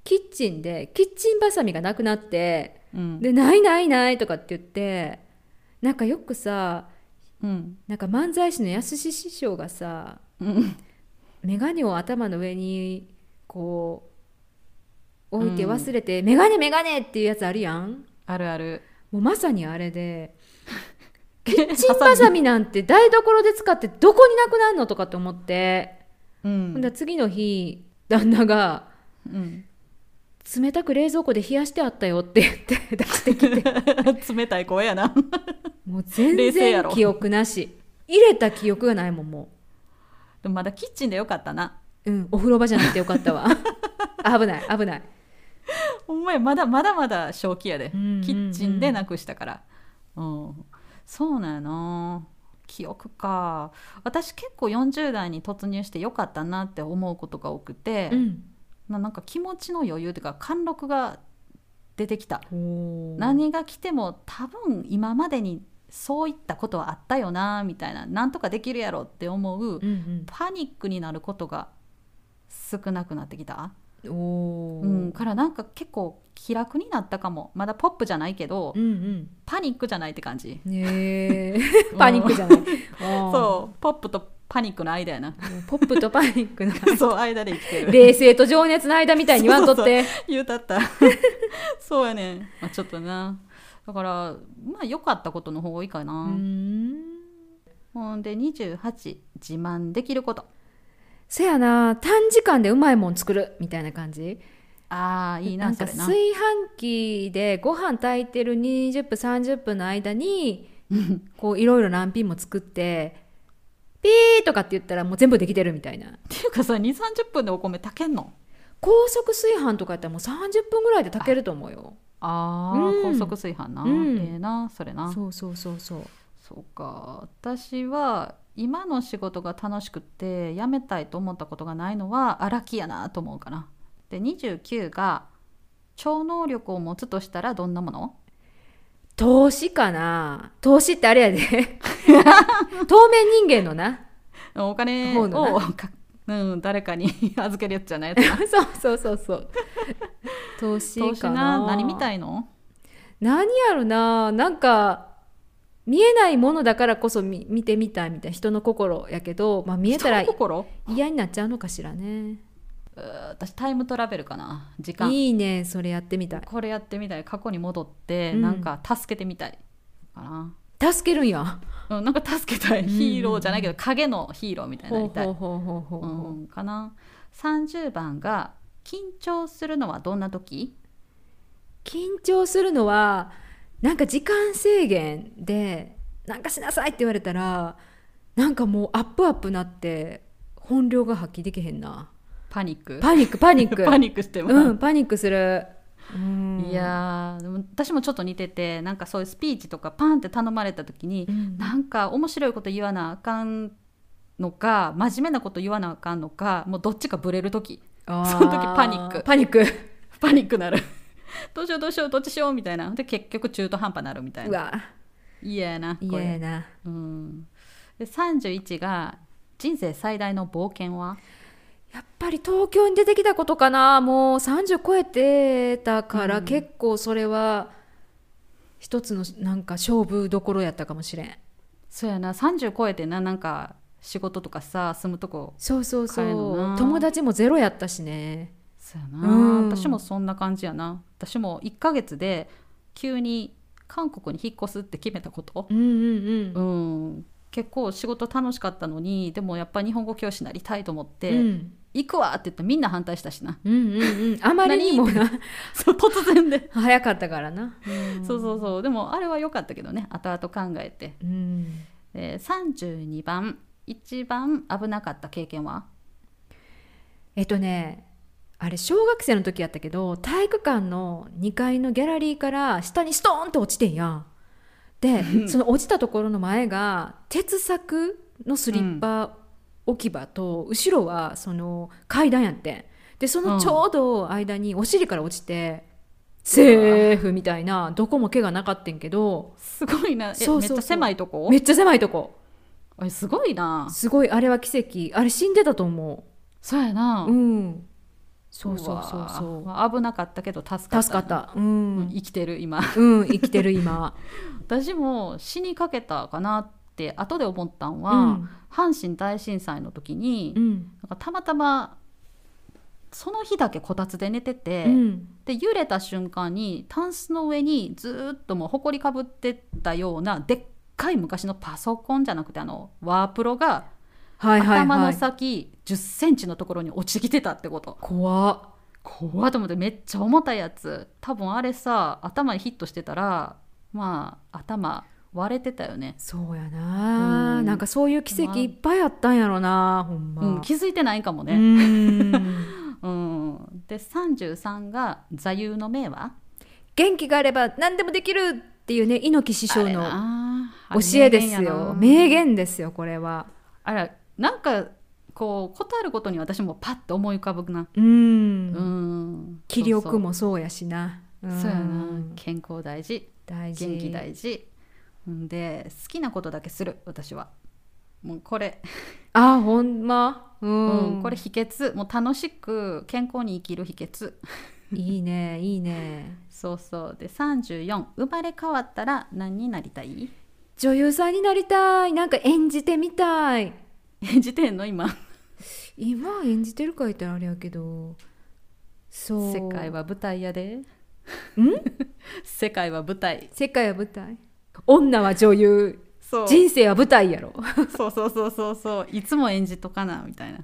B: キッチンでキッチンバサミがなくなって
A: うん
B: で「ないないない」とかって言ってなんかよくさ
A: うん
B: なんか漫才師のやすし師匠がさ
A: うん、
B: 眼鏡を頭の上にこう置いて忘れて「眼鏡眼鏡!」っていうやつあるやん
A: あるある
B: もうまさにあれでキッ [laughs] チンバサミなんて台所で使ってどこになくなるのとかと思って、
A: [laughs] う
B: ほん
A: ん
B: で次の日旦那が
A: うん、
B: 「冷たく冷蔵庫で冷やしてあったよ」って
A: [laughs]
B: 言って出してきて
A: [laughs] 冷たい声やな
B: もう全
A: 冷静や
B: 然
A: ろ
B: 記憶なし入れた記憶がないもんも
A: でもまだキッチンでよかったな
B: う、うん、お風呂場じゃなくてよかっ
A: [laughs]
B: たわあ危ない危ない
A: ほんまやまだまだまだ正気やで、
B: うんうんうん
A: キッチンでなくしたから、うん、そうなんやな記憶か私結構40代に突入してよかったなって思うことが多くて、
B: うん
A: まあ、なんか気持ちの余裕というか貫禄が出てきた、
B: おー
A: 何が来ても多分今までにそういったことはあったよなみたいななんとかできるやろって思う
B: うん
A: パニックになることが少なくなってきた、
B: うんおー
A: うん、からなんか結構気楽になったかもまだポップじゃないけど、
B: うん
A: パニックじゃないって感じ
B: うん。ね
A: [laughs]
B: えパニックじゃない。そ
A: そうポップとパニックの間やな
B: う。ポップとパニックの
A: [laughs] そう間で生きてる
B: 冷静と情熱の間みたいに言わんとって。
A: 言うた [laughs] ったそうやねん、まあ、ちょっとなだからまあ良かったことの方がいいかな、
B: うーん
A: ほんで28自慢できること
B: せやな短時間でうまいもん作るみたいな感じ
A: あーいいな
B: なんか
A: それ [laughs] な
B: 炊飯器でご飯炊いてる20分30分の間にこういろいろ何品も作ってピーとかって言ったらもう全部できてるみたいな
A: っていうかさ2 3 0分でお米炊けんの
B: 高速炊飯とかやったらもう30分ぐらいで炊けると思うよ
A: ああ、
B: うん
A: 高速炊飯な、
B: うん
A: ええなそれなそ
B: そうそうそうそう
A: うか私は今の仕事が楽しくて辞めたいと思ったことがないのは荒木やなと思うかなで29が超能力を持つとしたらどんなも [laughs] の
B: 投資かな投資ってあ
A: [laughs]
B: れやで透明人間のな
A: お金
B: そうだ
A: をかうん、誰かに [laughs] 預けるやつじゃないやつな
B: そうそうそうそう投資かな
A: 投資な何みたいの
B: 何やろななんか見えないものだからこそ見見てみたいみたいな人の心やけど、まあ、見えたら
A: 人の心
B: 嫌になっちゃうのかしらね
A: うー私タイムトラベルかな時間
B: いいねそれやってみた
A: これやってみたい過去に戻って、
B: うん
A: なんか助けてみたいかな、
B: い助けるんや
A: うん、なんか助けたい、
B: うん
A: ヒーローじゃないけど影のヒーローみたいになりたい、
B: ほうほうほう
A: う、
B: ほうほうん
A: かな30番が緊張するのはどんな時
B: 緊張するのはなんか時間制限でなんかしなさいって言われたらなんかもうアップアップなって本領が発揮できへんな
A: パニック
B: パニックパニック
A: [laughs] パニックしてます、
B: うんパニックするうん
A: いやーでも私もちょっと似ててなんかそういうスピーチとかパンって頼まれた時に、
B: うん
A: なんか面白いこと言わなあかんのか真面目なこと言わなあかんのかもうどっちかブレる時
B: あー
A: その時パニック
B: パニック
A: パニックなるどうしようどうしようどっちしようみたいなで結局中途半端なるみたいうな
B: わ
A: 嫌やなこ
B: 嫌や
A: れ、
B: な
A: うん、で31が人生最大の冒険は
B: やっぱり東京に出てきたことかなもう30超えてたから、
A: うん
B: 結構それは一つのなんか勝負どころやったかもしれん
A: そうやな30超えてななんか仕事とかさ住むとこ
B: そうそうそ
A: 帰るの
B: う
A: な
B: 友達もゼロやったしね
A: そうや
B: う
A: なん私もそんな感じやな私も1ヶ月で急に韓国に引っ越すって決めたこと
B: うんうんうん
A: うん結構仕事楽しかったのにでもやっぱ日本語教師になりたいと思って、
B: うん
A: 行くわって言ってみんな反対したしな [laughs]
B: うんうんうんあまりにもな
A: そう突然で、
B: 早かったからな、
A: そうそうそうでもあれは良かったけどね後々考えて
B: うん
A: で32番一番危なかった経験は
B: えっとねあれ小学生の時やったけど体育館の2階のギャラリーから下にストーンと落ちてんやんで [laughs] その落ちたところの前が鉄柵のスリッパ置き場と、後ろはその階段やってんでそのちょうど間にお尻から落ちて、セーフみたいなどこも毛がなかったんけど
A: すごいなえ
B: そうそうそう
A: めっちゃ狭いとこ
B: めっちゃ狭いとこ
A: えすごいな
B: すごいあれは奇跡あれ死んでたと思
A: そうやな、
B: ううんそうそうそうそう
A: わあ危なかったけど助かった
B: 助かった。う
A: うん
B: ん。
A: 生きてる今
B: うん、生きてる今。
A: 私も死にかけたかなって後で思ったんは、
B: うん
A: 阪神大震災の時に、
B: うん。
A: なんかたまたまその日だけこたつで寝てて、
B: うん。
A: で揺れた瞬間にタンスの上にずーっともうほこりかぶってたようなでっかい昔のパソコンじゃなくてあのワープロが
B: はいはい
A: 頭
B: は
A: の
B: い。
A: 先1 0ンチのところに落ちてきてたってこと
B: 怖っ
A: 怖っと思ってめっちゃ重たいやつ多分あれさ頭にヒットしてたらまあ頭割れてたよね、
B: そうやな。
A: うん
B: なんかそういう奇跡いっぱいあったんやろな。ほんま。
A: うん、気づいてないかも
B: う
A: ね、
B: ん
A: うんで33が座右の銘は
B: 元気があれば何でもできるっていうね、猪木師匠
A: あれ
B: の
A: なあれ
B: 教えです
A: 名言やな
B: よ。名言ですよ、これは。
A: あらなんかこうことあることに私もパッと思い浮かぶな
B: う。
A: うんん
B: 気力もそうやしな。
A: そうそうそうやな健康大事
B: 大事。
A: 元気大事んで好きなことだけする私はもうこれ、
B: あ、ほんま。う
A: うん
B: ん。
A: これ秘訣もう楽しく健康に生きる秘訣
B: いいね、いいね。
A: そうそうで34生まれ変わったら何になりたい [laughs]
B: 女優さんになりたいなんか演じてみたい
A: 演じてんの今
B: 今演じてるか言ったらあれやけどそう
A: 世界は舞台やでん [laughs] 世界は舞台
B: 世界は舞台女は女優
A: そう
B: 人生は舞台やろ
A: そうそうそうそうそういつも演じとかなみたい [laughs] な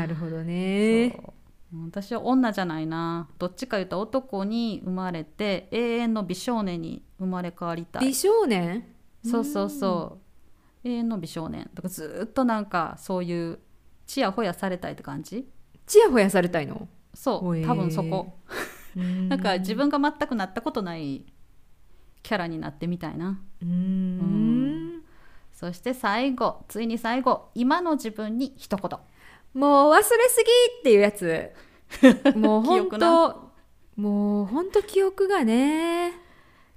B: なるほどね
A: そう私は女じゃないなどっちか言ったら男に生まれて永遠の美少年に生まれ変わりたい
B: 美少年
A: そうそうそう永遠の美少年だからずっとなんかそういうちやほやされたいって感じ
B: ちやほやされたいの
A: そ
B: ほえ
A: う
B: ー
A: 多分そこ、
B: な
A: なんか自分が全くなったことないキャラになってみたいな
B: うーん
A: そして最後ついに最後今の自分に一言
B: もう忘れすぎっていうやつ
A: [laughs]
B: もう
A: 記
B: 本
A: 憶
B: 当もう本当記憶がね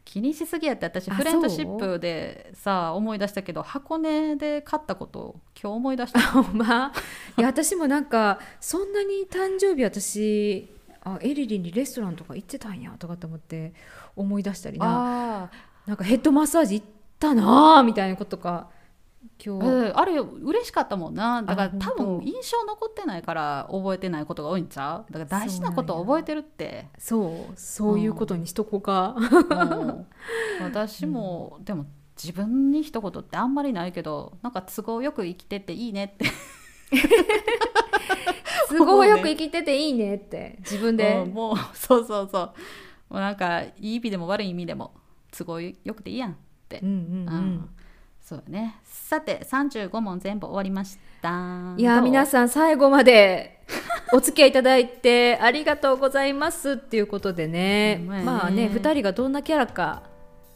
A: 気にしすぎやって私
B: あ
A: フレンドシップでさ思い出したけど箱根で買ったことを今日思い出した
B: [laughs] ほんまいや私もなんかそんなに誕生日私あエリリにレストランとか行ってたんやとかって思って思い出したりな
A: あ
B: なんかヘッドマッサージ行ったなあみたいなことか今日、
A: うん、あれ嬉しかったもんなだか
B: あ
A: ら
B: 本当
A: 多分印象残ってないから覚えてないことが多いんちゃうだから大事なことを覚えてるって
B: そうそういうことにしとこう [laughs] か、
A: うん私も、でも自分に一言ってあんまりないけどなんか都合よく生きてていいねって
B: 都合よく生きてていいねって自分で、
A: うんもうそうそうそうもうなんかいい意味でも悪い意味でも都合よくていいやんって
B: うんうんうん
A: そうだね。さて、35問全部終わりました。
B: いやー皆
A: ん。
B: さん最後まで [laughs] お付き合いいただいてありがとうございますっていうことでね
A: ほんまやね
B: まあね2人がどんなキャラか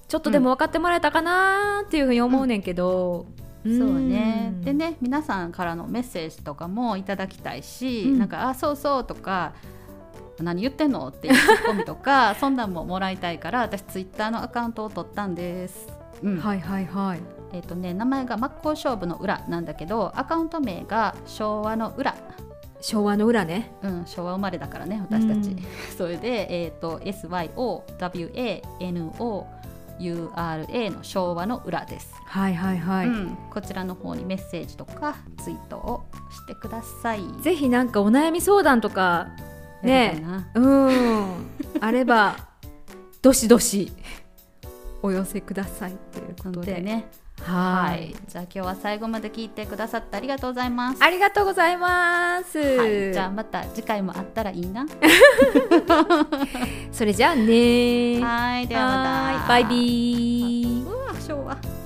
B: ちょっとでも分かってもらえたかなーっていうふうに思うねんけど、ん
A: そうね。でね、皆さんからのメッセージとかもいただきたいし、
B: うん
A: なんか、あ、そうそうとか、何言ってんのっていうツッコミと
B: [laughs]
A: かそんなんももらいたいから私ツイッターのアカウントを取ったんです。うん
B: はいはいはい
A: えっ、とね名前が真っ向勝負の裏なんだけどアカウント名が昭和の裏、
B: 昭和の裏ね
A: うん、昭和生まれだからね私たち、 [laughs]
B: うん
A: それで、えっと SYOWANOURA の昭和の裏です、
B: はいはいはい、
A: うん、こちらの方にメッセージとかツイートをしてください。
B: ぜひなんかお悩み相談とか
A: やりた
B: ね
A: いな
B: うーんあればどしどしお寄せくださいという
A: な
B: こと
A: の
B: で
A: でね
B: は
A: はいい、じゃあ今日は最後まで聞いてくださってありがとうございます。
B: ありがとうございます、
A: はい、じゃあまた次回もあったらいいな。
B: それじゃあねー
A: はい、ではまた。
B: はーいバイビー
A: うわ、昭和。